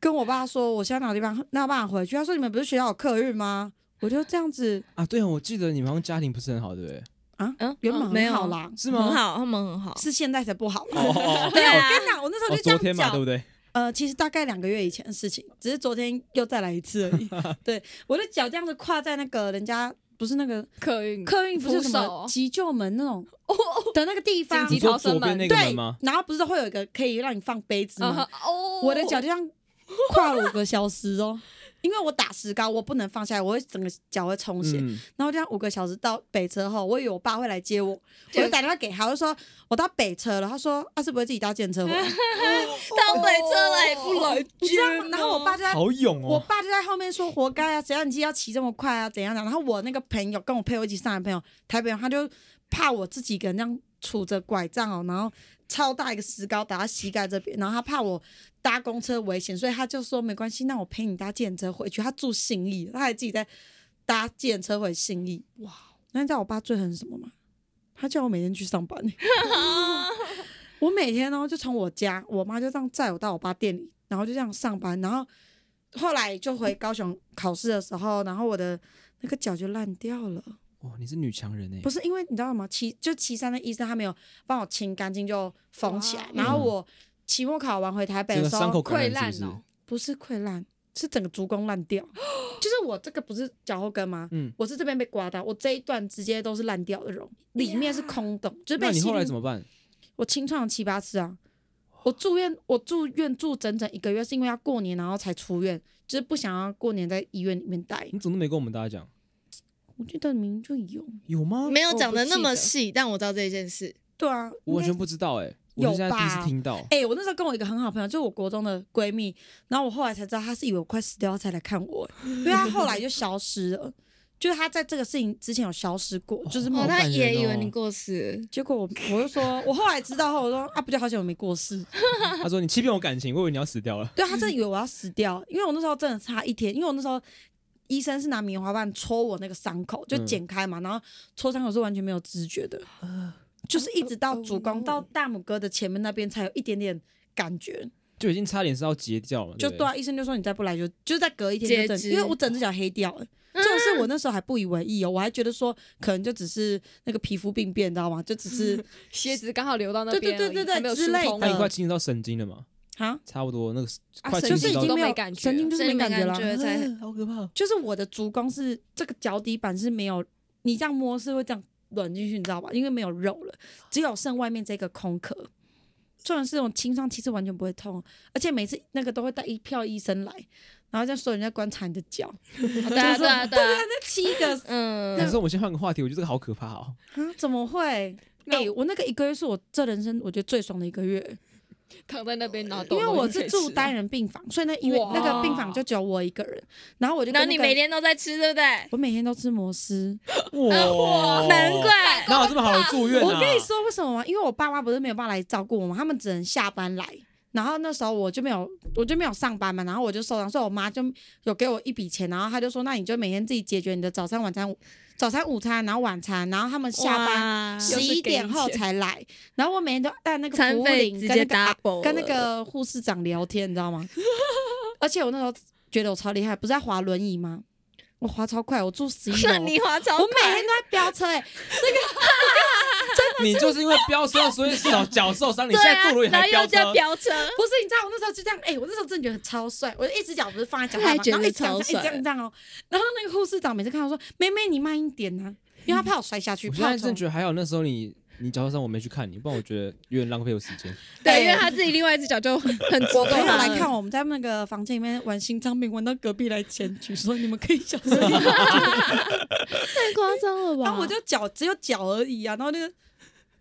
Speaker 3: 跟我爸说我现在哪个地方那办法回去。他说你们不是学校有客运吗？我就这样子
Speaker 1: 啊，对哦，我记得你们好像家庭不是很好，对不对？
Speaker 3: 啊，
Speaker 5: 嗯，
Speaker 3: 原本很
Speaker 5: 没有
Speaker 3: 好，啦，
Speaker 1: 是
Speaker 5: 很
Speaker 1: 吗？
Speaker 5: 好，他们很好，
Speaker 3: 是现在才不好。
Speaker 1: 哦哦，
Speaker 3: 对啊，
Speaker 5: 啊
Speaker 3: 我跟你讲，我那时候
Speaker 1: 哦
Speaker 3: 就，这
Speaker 1: 昨
Speaker 3: 样
Speaker 1: 天嘛，对
Speaker 3: 讲。
Speaker 1: 不对？
Speaker 3: 呃，其实大概两个月以前的事情，只是昨天又再来一次而已。对，我的脚这样子跨在那个人家不是那个
Speaker 4: 客运
Speaker 3: 客运不是什
Speaker 4: 扶手
Speaker 3: 么急救门那种
Speaker 4: 哦哦
Speaker 3: 的那个地方，
Speaker 4: 紧
Speaker 1: 你
Speaker 4: 急逃
Speaker 1: 说左边那个门
Speaker 3: 对
Speaker 1: 吗？，
Speaker 3: 然后不是会有一个可以让你放杯子吗
Speaker 4: 啊？哦，
Speaker 3: 我的脚就这样跨了五个小 时哦，因为我打石膏，我不能放下来，我会整个脚会充血。
Speaker 1: 嗯，
Speaker 3: 然后这样五个小时到北车后，我以为我爸会来接我，我就打电话给他，我就说我到北车了。他说啊他是不会自己搭电车 回来，
Speaker 5: 当北车来也不来
Speaker 3: 你知道吗？然后我爸就在。
Speaker 1: 好勇
Speaker 3: 我
Speaker 1: 哦，
Speaker 3: 爸就在后面说：“活该啊，谁让你自己要骑这么快啊，怎样的、然后我那个朋友跟我陪我一起上来的朋友，台北人，他就怕我自己一个人这样杵着拐杖哦，然后超大一个石膏打到膝盖这边，然后他怕我搭公车危险，所以他就说没关系，那我陪你搭电车回去。他住信义，他还自己在搭电车回信义。哇，那你知道我爸最恨什么吗？他叫我每天去上班。我每天呢，就从我家，我妈就这样载我到我爸店里，然后就这样上班，然后后来就回高雄考试的时候，然后我的那个脚就烂掉了。
Speaker 1: 哇，你是女强人哎
Speaker 3: 不，是因为你知道吗？骑就骑山的医生他没有帮我清干净就缝起来
Speaker 4: 哇，
Speaker 3: 然后我期末考完回台北
Speaker 1: 嗯整
Speaker 3: 的
Speaker 1: 个
Speaker 3: 时
Speaker 1: 伤口
Speaker 3: 候，
Speaker 1: 感染
Speaker 4: 溃烂
Speaker 1: 是不是
Speaker 4: 哦？，
Speaker 3: 不是溃烂，是整个足弓烂掉。 就是我这个不是脚后跟吗？
Speaker 1: 嗯，
Speaker 3: 我是这边被刮到，我这一段直接都是烂掉的肉，里面是空洞，就是
Speaker 1: 那
Speaker 3: 被
Speaker 1: 你后来
Speaker 3: 吸
Speaker 1: 怎么办？
Speaker 3: 我清创了七八次啊。我住院，我住院住整整一个月，是因为要过年，然后才出院，就是不想要过年在医院里面待。
Speaker 1: 你怎么都没跟我们大家讲？
Speaker 3: 我记得明明就有，
Speaker 1: 有吗？
Speaker 2: 没有讲的那
Speaker 4: 我
Speaker 2: 么
Speaker 4: 不记得
Speaker 2: 细，但我知道这件事。
Speaker 3: 对啊，
Speaker 1: 我完
Speaker 3: 应该
Speaker 1: 全不知道哎，我
Speaker 3: 有
Speaker 1: 是现在第一次
Speaker 3: 吧
Speaker 1: 听到。
Speaker 3: 哎、我那时候跟我一个很好朋友，就是我国中的闺蜜，然后我后来才知道，她是以为我快死掉才来看 我，因为她后来就消失了，就是她在这个事情之前有消失过，就是
Speaker 1: 好
Speaker 5: 哦，
Speaker 1: 感
Speaker 5: 他也
Speaker 1: 人
Speaker 5: 以
Speaker 1: 哦
Speaker 5: 为你过世了，
Speaker 3: 结果我我就说，我后来知道后，我说啊，不就好险我没过世，
Speaker 1: 他说你欺骗我感情，我以为你要死掉了。
Speaker 3: 对她真的以为我要死掉，因为我那时候真的差一天，因为我那时候。医生是拿棉花棒戳我那个伤口，就
Speaker 1: 嗯
Speaker 3: 剪开嘛，然后戳伤口是完全没有知觉的，就是一直到主
Speaker 4: 哦
Speaker 3: 攻到大拇哥的前面那边才有一点点感觉，
Speaker 1: 就已经差点是要截掉了，
Speaker 3: 就
Speaker 1: 不
Speaker 3: 对啊，医生就说你再不来就就再隔一天
Speaker 5: 截
Speaker 3: 就
Speaker 5: 肢
Speaker 3: 整，因为我整只脚黑掉了。这种事我那时候还不以为意哦，我还觉得说可能就只是那个皮肤病变，你知道吗？就只是
Speaker 4: 鞋子刚好流到那
Speaker 3: 对
Speaker 4: 边
Speaker 3: 对
Speaker 4: 而已，
Speaker 3: 对对对
Speaker 4: 还没有
Speaker 3: 之
Speaker 4: 疏
Speaker 3: 类
Speaker 4: 通
Speaker 1: 那
Speaker 3: 的
Speaker 1: 你快侵入到神经了嘛？
Speaker 3: 啊，
Speaker 1: 差不多那个哎
Speaker 4: 啊
Speaker 1: 快
Speaker 3: 就
Speaker 1: 侵
Speaker 4: 神
Speaker 3: 是
Speaker 1: 入到
Speaker 3: 已
Speaker 4: 经
Speaker 3: 经没
Speaker 4: 都
Speaker 3: 有
Speaker 4: 没感觉
Speaker 3: 神经就是
Speaker 5: 所以
Speaker 3: 没
Speaker 5: 你没
Speaker 3: 感觉了
Speaker 5: 感，觉才
Speaker 3: 嗯
Speaker 1: 好可怕。
Speaker 3: 就是我的足弓是这个脚底板是没有，你这样摸是会这样软进去，你知道吧？因为没有肉了，只有剩外面这个空壳。重点是这种轻伤其实完全不会痛，而且每次那个都会带一票医生来，然后这样所有人在观察你的脚。
Speaker 5: 哦对 啊对啊对啊，
Speaker 3: 那七个
Speaker 5: 嗯，
Speaker 1: 但是我们先换个话题，我觉得这个好可怕 哦。
Speaker 3: 啊，怎么会？
Speaker 4: 那
Speaker 3: 哎、我那个一个月是我这人生我觉得最爽的一个月，
Speaker 4: 躺在那边，然后
Speaker 3: 因为我是住单
Speaker 4: 单，
Speaker 3: 人病房，所以那因为那个病房就只有我一个人，然后我就跟、
Speaker 5: 然
Speaker 3: 那
Speaker 5: 后
Speaker 3: 个、
Speaker 5: 你每天都在吃，对不对？
Speaker 3: 我每天都吃摩斯，哦
Speaker 1: 哇，
Speaker 5: 难怪
Speaker 1: 哪有这么好的住院啊？
Speaker 3: 我跟你，说为什么吗？因为我爸妈不是没有办法来照顾我嘛，他们只能下班来。然后那时候我就没有，我就没有上班嘛，然后我就受伤，所以我妈就有给我一笔钱，然后她就说，那你就每天自己解决你的早餐、晚餐、早餐、午餐，然后晚餐，然后他们下班
Speaker 5: 班
Speaker 4: 是
Speaker 3: 十一点后才来，然后我每天都带那
Speaker 5: 啊
Speaker 3: 个
Speaker 5: 餐
Speaker 3: 服务
Speaker 5: 费
Speaker 3: 领
Speaker 5: 直
Speaker 3: 跟
Speaker 5: 接
Speaker 3: 那个阿
Speaker 5: double
Speaker 3: 跟那个护士长聊天，你知道吗？ 而且我那时候觉得我超厉害，不是在滑轮椅吗？我滑超快，我住十一楼，
Speaker 5: 啊 那你
Speaker 3: 哦我
Speaker 5: 滑超
Speaker 3: 每天都在飙车哎、
Speaker 1: 你就是因为飙车，所以 脚脚受伤，你
Speaker 5: 对
Speaker 1: 现在
Speaker 5: 啊
Speaker 1: 坐轮椅，
Speaker 5: 然
Speaker 1: 还
Speaker 5: 后
Speaker 1: 飙
Speaker 5: 又
Speaker 1: 车
Speaker 5: 叫。飙车，
Speaker 3: 不是，你知道我那时候就这样，哎、我那时候真的觉得超帅，我的一只脚不是放在脚
Speaker 5: 他
Speaker 3: 上
Speaker 5: 还
Speaker 3: 吗？
Speaker 5: 觉
Speaker 3: 然
Speaker 5: 得
Speaker 3: 后一只脚
Speaker 5: 超
Speaker 3: 这样一直这
Speaker 5: 帅
Speaker 3: 样这样哦、然后啊那个护士长每次看到说：“妹妹，你慢一点呐、因为他怕我摔下去，
Speaker 1: 我现
Speaker 3: 怕
Speaker 1: 在
Speaker 3: 我
Speaker 1: 真
Speaker 3: 从
Speaker 1: 的觉得还好，那时候你你脚受伤我没去看你，不然我觉得有点浪费我时间。
Speaker 6: 对，因为他自己另外一只脚就很足够
Speaker 3: 朋友
Speaker 6: 他
Speaker 4: 啊
Speaker 3: 来
Speaker 6: 了
Speaker 3: 看我们在那个房间里面玩心脏病，玩到隔壁来检举说你们可以小声一点。
Speaker 4: 太夸张了吧
Speaker 3: 然后我就脚只有脚而已啊，然后那个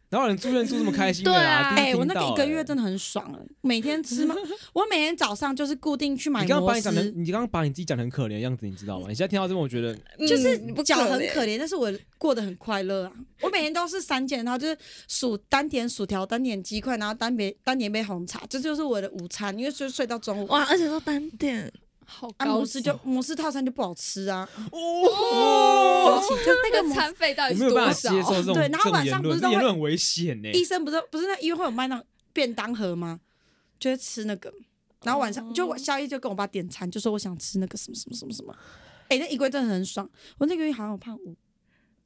Speaker 1: 哪有人住院住这么开心的啊啦？
Speaker 3: 哎、我那个一个月真
Speaker 1: 的。
Speaker 3: 的很爽了，每天吃 嘛，我每天早上就是固定去买
Speaker 1: 你刚刚把
Speaker 3: 摩
Speaker 1: 你讲的，
Speaker 3: 斯，
Speaker 1: 你刚刚把你自己讲的很可怜的样子，你知道吗？你现在听到这么，我觉得
Speaker 3: 就是
Speaker 6: 嗯不
Speaker 3: 脚很
Speaker 6: 怜
Speaker 3: 可怜，但是我过得很快乐啊。我每天都是三件，然后就是薯单点薯条，单点鸡块，然后单杯单点杯红茶，这就是我的午餐，因为就睡到中午。
Speaker 6: 哇，而且都单点，
Speaker 4: 好
Speaker 3: 啊，
Speaker 4: 高
Speaker 3: 摩
Speaker 4: 级
Speaker 3: 斯就摩斯套餐就不好吃啊，对
Speaker 1: 哦
Speaker 3: 不，起，就是那
Speaker 4: 那
Speaker 3: 个
Speaker 4: 个
Speaker 3: 摩斯
Speaker 4: 餐费到
Speaker 1: 我
Speaker 4: 底
Speaker 1: 没
Speaker 4: 是
Speaker 1: 有
Speaker 4: 多
Speaker 1: 办法
Speaker 4: 少
Speaker 1: 接？受这种
Speaker 3: 对然
Speaker 1: 这
Speaker 3: 后
Speaker 1: 种
Speaker 3: 晚
Speaker 1: 言
Speaker 3: 上
Speaker 1: 论，
Speaker 3: 不是
Speaker 1: 这
Speaker 3: 都
Speaker 1: 言
Speaker 3: 会
Speaker 1: 论很危险欸呢。
Speaker 3: 医生不是不是那医院会有卖那种便当盒吗？就会吃那个，然后晚上、就我宵夜就跟我爸点餐，就说我想吃那个什么什么什么什么。哎、那一个月真的很爽，我那个月好像有胖五，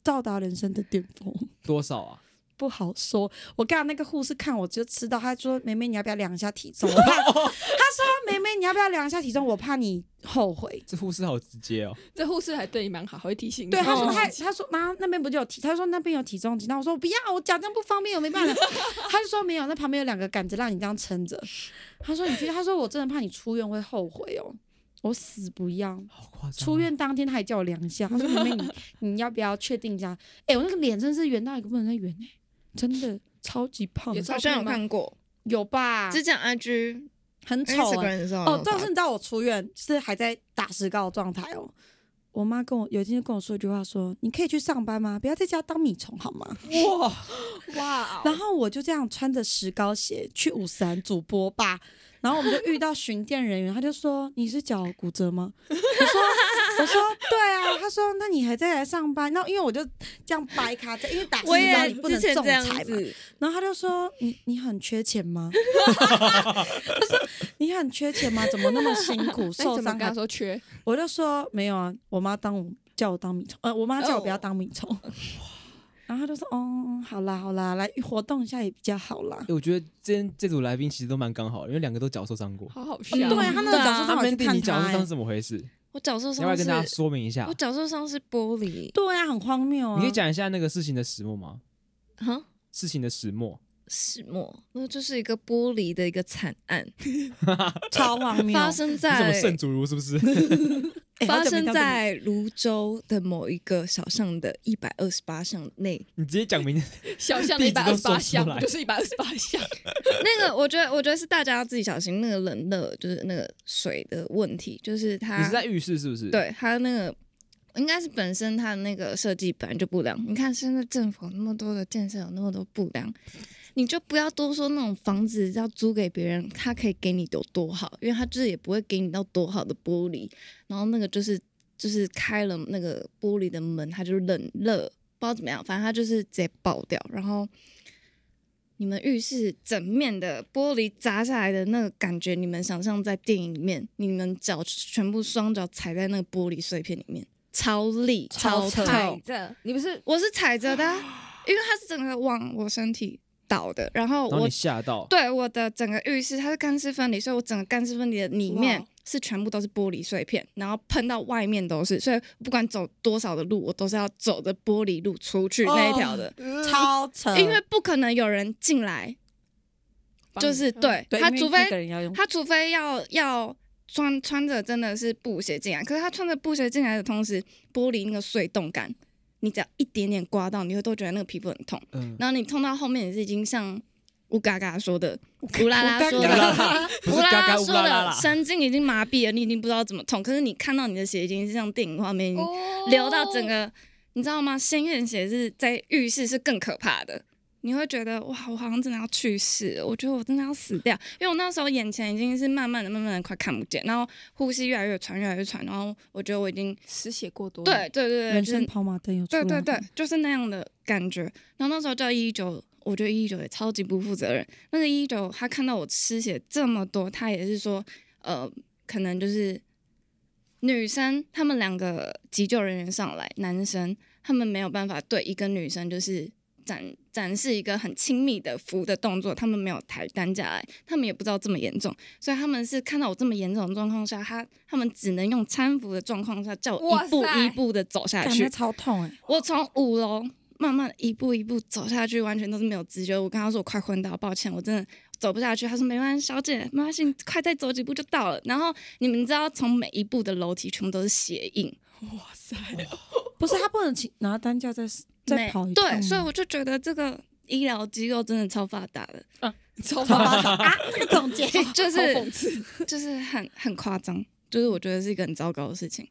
Speaker 3: 到达人生的巅峰，
Speaker 1: 多少啊？
Speaker 3: 不好说。我刚刚那个护士看我就吃到，他说：“妹妹，你要不要量一下体重？”我怕，他说：“妹妹，你要不要量一下体重？我怕你后悔。”
Speaker 1: 这护士好直接哦。
Speaker 4: 这护士还对你蛮好，会提醒你。
Speaker 3: 对，他说
Speaker 4: 哦
Speaker 3: 他他说妈那边不就有体，他说那边有体重机，那我说我不要，我脚这样不方便，我没办法。 他就说没有，那旁边有两个杆子让你这样撑着。他说你去，他说我真的怕你出院会后悔哦，我死不要。
Speaker 1: 好夸张哦！
Speaker 3: 出院当天他还叫我量一下，他说妹妹你你要不要确定一下？哎、我那个脸真是圆到一个不能再圆哎、真的超级胖
Speaker 4: 也，
Speaker 6: 好像有看过，
Speaker 3: 有
Speaker 4: 啊
Speaker 3: 吧？
Speaker 6: 之前 IG
Speaker 3: 很丑、欸。
Speaker 6: Instagram 的时
Speaker 2: 嗯
Speaker 6: 候
Speaker 3: 哦，但
Speaker 6: 倒
Speaker 3: 是你知道我出院是还在打石膏的状态哦。我妈跟我有一天就跟我说一句话说：“你可以去上班吗？不要在家当米虫好吗？”
Speaker 4: 哇哦
Speaker 3: 然后我就这样穿着石膏鞋去五三主播吧，然后我们就遇到巡店人员，他就说你是脚骨折吗？我说我说对啊，他说那你还在来上班？那因为我就这样掰卡在，因为打石
Speaker 2: 我
Speaker 3: 膏
Speaker 2: 也
Speaker 3: 你不能
Speaker 2: 之前
Speaker 3: 仲
Speaker 2: 这样
Speaker 3: 裁嘛。
Speaker 2: 子，
Speaker 3: 然后他就说你你很缺钱吗？ 他说你很缺钱吗？怎么那么辛 苦
Speaker 4: 那你
Speaker 3: 受
Speaker 4: 怎么
Speaker 3: 伤
Speaker 4: 跟
Speaker 3: 还
Speaker 4: 他说缺？
Speaker 3: 我就说没有啊，我妈当我叫我当米虫，呃，我妈叫
Speaker 2: 哦
Speaker 3: 我不要当米虫。 然后他就说，哦，好啦好啦，来活动一下也比较好啦。
Speaker 1: 欸我觉得今天这组来宾其实都蛮刚好的，因为两个都脚受伤过。
Speaker 4: 好好笑。
Speaker 3: 对啊，他那个
Speaker 2: 对啊
Speaker 3: 角色
Speaker 1: 那
Speaker 3: 上我去
Speaker 1: Mandy，
Speaker 3: 看
Speaker 1: 你
Speaker 3: 他、
Speaker 1: 脚受伤
Speaker 3: 欸
Speaker 1: 是，怎么回事？你
Speaker 2: 我脚受
Speaker 1: 要不要
Speaker 2: 伤
Speaker 1: 跟
Speaker 2: 是，
Speaker 1: 大家说明一下
Speaker 2: 我？脚受伤是玻璃，
Speaker 3: 对啊，很荒谬啊。
Speaker 1: 你可以讲一下那个事情的始末吗？
Speaker 2: 哈，
Speaker 1: 事情的始末，
Speaker 2: 石墨，那就是一个玻璃的一个惨案，
Speaker 3: 超荒谬，
Speaker 2: 发生
Speaker 1: 你怎么
Speaker 2: 在
Speaker 1: 圣主如是不是？
Speaker 3: 哎
Speaker 2: 发生。
Speaker 3: 好久没看到
Speaker 2: 在泸州的某一个小巷的一百二十八巷内。
Speaker 1: 你直接讲 明，
Speaker 4: 小巷的
Speaker 1: 地
Speaker 4: 一
Speaker 1: 址
Speaker 4: 百
Speaker 1: 都
Speaker 4: 二
Speaker 1: 说
Speaker 4: 十
Speaker 1: 出来
Speaker 4: 八巷，就是一百二十八 巷。
Speaker 2: 那个，我觉得，我觉得是大家要自己小心那个冷热，就是那个水的问题，就是它
Speaker 1: 你是在浴室是不是？，
Speaker 2: 对它那个应该是本身它的那个设计本来就不良。你看现在政府有那么多的建设有那么多不良，你就不要多说那种房子要租给别人，他可以给你有多好，因为他就是也不会给你到多好的玻璃，然后那个就是就是开了那个玻璃的门，它就冷热，不知道怎么样，反正它就是直接爆掉，然后。你们浴室整面的玻璃砸下来的那个感觉，你们想象在电影里面，你们脚全部双脚踩在那个玻璃碎片里面，超力
Speaker 3: 超
Speaker 2: 超
Speaker 3: 扯
Speaker 2: 痛，
Speaker 4: 着，你不是
Speaker 2: 我是踩着的啊、因为它是整个往我身体倒的，然
Speaker 1: 然
Speaker 2: 后
Speaker 1: 后
Speaker 2: 我
Speaker 1: 你吓到，
Speaker 2: 对我的整个浴室它是干湿分离，所以我整个干湿分离的里面
Speaker 4: 哇
Speaker 2: 是全部都是玻璃碎片，然后喷到外面都是，所以不管走多少的路，我都是要走着玻璃路出去那一条的，
Speaker 3: 超扯，
Speaker 2: 因为不可能有人进来，就是对
Speaker 3: 对
Speaker 2: 他，
Speaker 3: 因为
Speaker 2: 除非
Speaker 3: 那个人要用，
Speaker 2: 他除非要要穿穿着真的是布鞋进来，可是他穿着布鞋进来的同时，玻璃那个碎动感，你只要一点点刮到，你会都觉得那个皮肤很痛。
Speaker 1: 嗯，
Speaker 2: 然后你痛到后面，你是已经像乌嘎嘎说的、乌拉拉说
Speaker 1: 乌拉
Speaker 2: 的、
Speaker 1: 拉，不是
Speaker 2: 乌拉
Speaker 1: 嘎
Speaker 2: 拉
Speaker 1: 嘎乌
Speaker 2: 说
Speaker 1: 拉拉
Speaker 2: 的，
Speaker 1: 啦，
Speaker 2: 神经已经麻痹了，你已经不知道怎么痛。可是你看到你的血已经是像电影画面，已
Speaker 1: 哦
Speaker 2: 经
Speaker 4: 嗯
Speaker 2: 流到
Speaker 4: 哦
Speaker 2: 整个，你知道吗？鲜艳血是在浴室是更可怕的。你会觉得哇，我好像真的要去世了，我觉得我真的要死掉，因为我那时候眼前已经是慢慢的、慢慢的快看不见，然后呼吸越来越喘、越来越喘，然后我觉得我已经
Speaker 4: 失血过多。
Speaker 2: 对，对对对，
Speaker 3: 人
Speaker 2: 呃就是
Speaker 3: 生跑马灯有出
Speaker 2: 对
Speaker 3: 来，
Speaker 2: 对对，就是那样的感觉。然后那时候叫一一九，我觉得一一九也超级不负责任。那个一一九他看到我失血这么多，他也是说，呃，可能就是女生他们两个急救人员上来，男生他们没有办法对一个女生就是。展展示一个很亲密的扶的动作，他们没有抬担架来，他们也不知道这么严重，所以他们是看到我这么严重的状况下，他他们只能用搀扶的状况下叫我
Speaker 4: 哇
Speaker 2: 一步
Speaker 4: 塞
Speaker 2: 一步的走下
Speaker 3: 干，
Speaker 2: 去
Speaker 3: 那。超痛哎，
Speaker 2: 我从五楼慢慢一步一步走下去，完全都是没有知觉。我跟他说我快昏倒，抱歉，我真的走不下去。他说没关系，小姐，没关系，你快再走几步就到了。然后你们知道，从每一步的楼梯全部都是鞋印，
Speaker 4: 哇塞，
Speaker 3: 不是他不能请拿担架再再
Speaker 2: 每
Speaker 3: 跑一趟
Speaker 2: 对，
Speaker 3: 吗
Speaker 2: 所以我就觉得这个医疗机构真的超发达的，
Speaker 4: 超
Speaker 3: 好
Speaker 4: 棒！
Speaker 3: 吧好吧 啊，这个总结
Speaker 2: 就
Speaker 4: 好讽
Speaker 2: 是就是很很夸张，就是我觉得是一个很糟糕的事 情。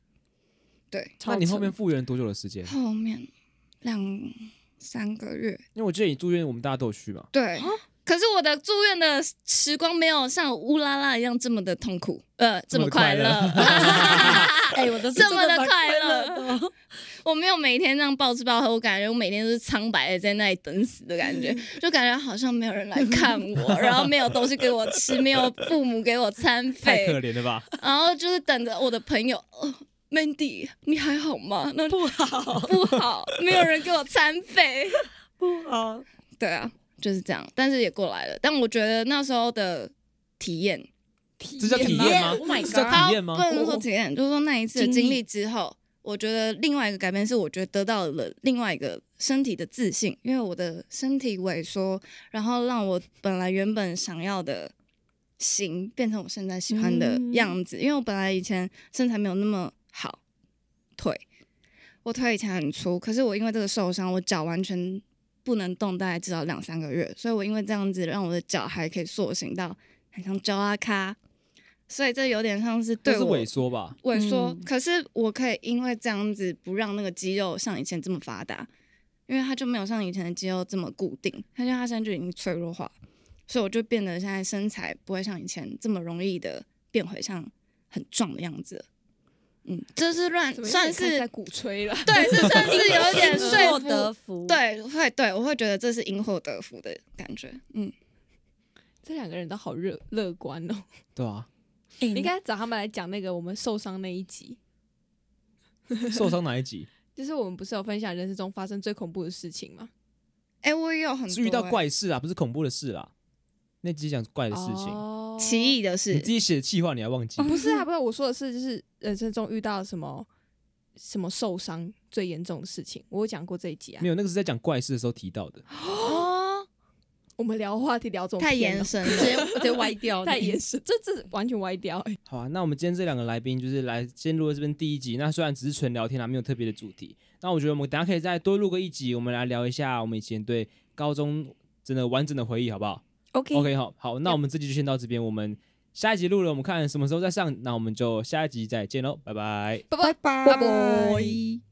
Speaker 1: 那你后面复原多久的时间？
Speaker 2: 后面两三个月，
Speaker 1: 因为我记得你住院，我们大家都有去嘛。
Speaker 2: 对。可是我的住院的时光没有像乌拉拉一样这么的痛苦，呃，这么快乐。
Speaker 3: 哎，我都是
Speaker 2: 这么
Speaker 3: 的
Speaker 2: 的
Speaker 3: 蛮
Speaker 2: 快
Speaker 3: 乐的哦，
Speaker 2: 我没有每天这样暴吃暴喝，我感觉我每天都是苍白的在那里等死的感觉，就感觉好像没有人来看我，然后没有东西给我吃，没有父母给我餐
Speaker 1: 太可
Speaker 2: 费，
Speaker 1: 怜了吧！
Speaker 2: 然后就是等着我的朋友。哦 Mandy，你还好吗？那
Speaker 3: 不好
Speaker 2: 不好，没有人给我餐费。
Speaker 3: 不好，
Speaker 2: 对啊，就是这样，但是也过来了。但我觉得那时候的体验，
Speaker 1: 这叫体验吗
Speaker 3: Yeah，Oh，Oh my
Speaker 1: 这叫
Speaker 3: god
Speaker 1: 体验吗
Speaker 2: 不？能说体验，就是说那一次的
Speaker 3: 经历
Speaker 2: 经历之后，我觉得另外一个改变是，我觉得得到了另外一个身体的自信，因为我的身体萎缩，然后让我本来原本想要的型变成我现在喜欢的样子，因为我本来以前身材没有那么好，腿，我腿以前很粗，可是我因为这个受伤，我脚完全。不能动，大概至少两三个月，所以我因为这样子，让我的脚还可以塑形到很像焦阿卡，所以这有点像是
Speaker 1: 这
Speaker 2: 对
Speaker 1: 是
Speaker 2: 我
Speaker 1: 萎缩吧？
Speaker 2: 萎缩。
Speaker 3: 嗯
Speaker 2: 可是我可以因为这样子不让那个肌肉像以前这么发达，因为它就没有像以前的肌肉这么固定，它像它现在就已经脆弱化，所以我就变得现在身材不会像以前这么容易的变回像很壮的样子了。嗯，这是乱
Speaker 4: 怎么有点
Speaker 2: 算
Speaker 4: 开始
Speaker 2: 是
Speaker 4: 在鼓吹了？
Speaker 2: 对， 这算是有点
Speaker 3: 因祸
Speaker 2: 说
Speaker 3: 得
Speaker 2: 服。
Speaker 3: 福，，
Speaker 2: 对，会对我会觉得这是因祸得福的感觉，嗯，
Speaker 4: 这两个人都好热乐观哦，
Speaker 1: 对啊，
Speaker 4: 应
Speaker 3: 应该
Speaker 4: 该找他们来讲那个我们受伤那一集，
Speaker 1: 受伤哪一集？
Speaker 4: 就是我们不是有分享人生中发生最恐怖的事情吗？
Speaker 2: 哎、我也有很多、
Speaker 1: 是遇到
Speaker 2: 欸
Speaker 1: 怪事啊，不是恐怖的事啦。那集讲怪的事情，
Speaker 4: 哦
Speaker 2: 奇异的事
Speaker 1: 你自，己写的计划你还忘记？
Speaker 4: 不是啊，不是我说的是，就是人生中遇到什么什么受伤最严重的事情，我有讲过这一集啊
Speaker 1: 没。有，那个是在讲怪事的时候提到 的。
Speaker 2: 哦，
Speaker 4: 我们聊话题聊这么
Speaker 2: 太
Speaker 4: 偏了
Speaker 2: 延伸了
Speaker 3: 直，接直接歪 掉，
Speaker 4: 太严实，这这是完全歪掉、欸。
Speaker 1: 好啊，那我们今天这两个来宾就是来先录了这边第一集。那虽然只是纯聊天啊，没有特别的主题。那我觉得我们等一下可以再多录个一集，我们来聊一下我们以前对高中真的完整的回忆，好不好
Speaker 3: OK
Speaker 1: ？OK，好，好，那我们这集就先到这边，我们下一集录了，我们看什么时候再上，那我们就下一集再见喽，拜拜。
Speaker 4: 拜
Speaker 3: 拜
Speaker 4: 拜
Speaker 3: 拜
Speaker 4: 拜拜。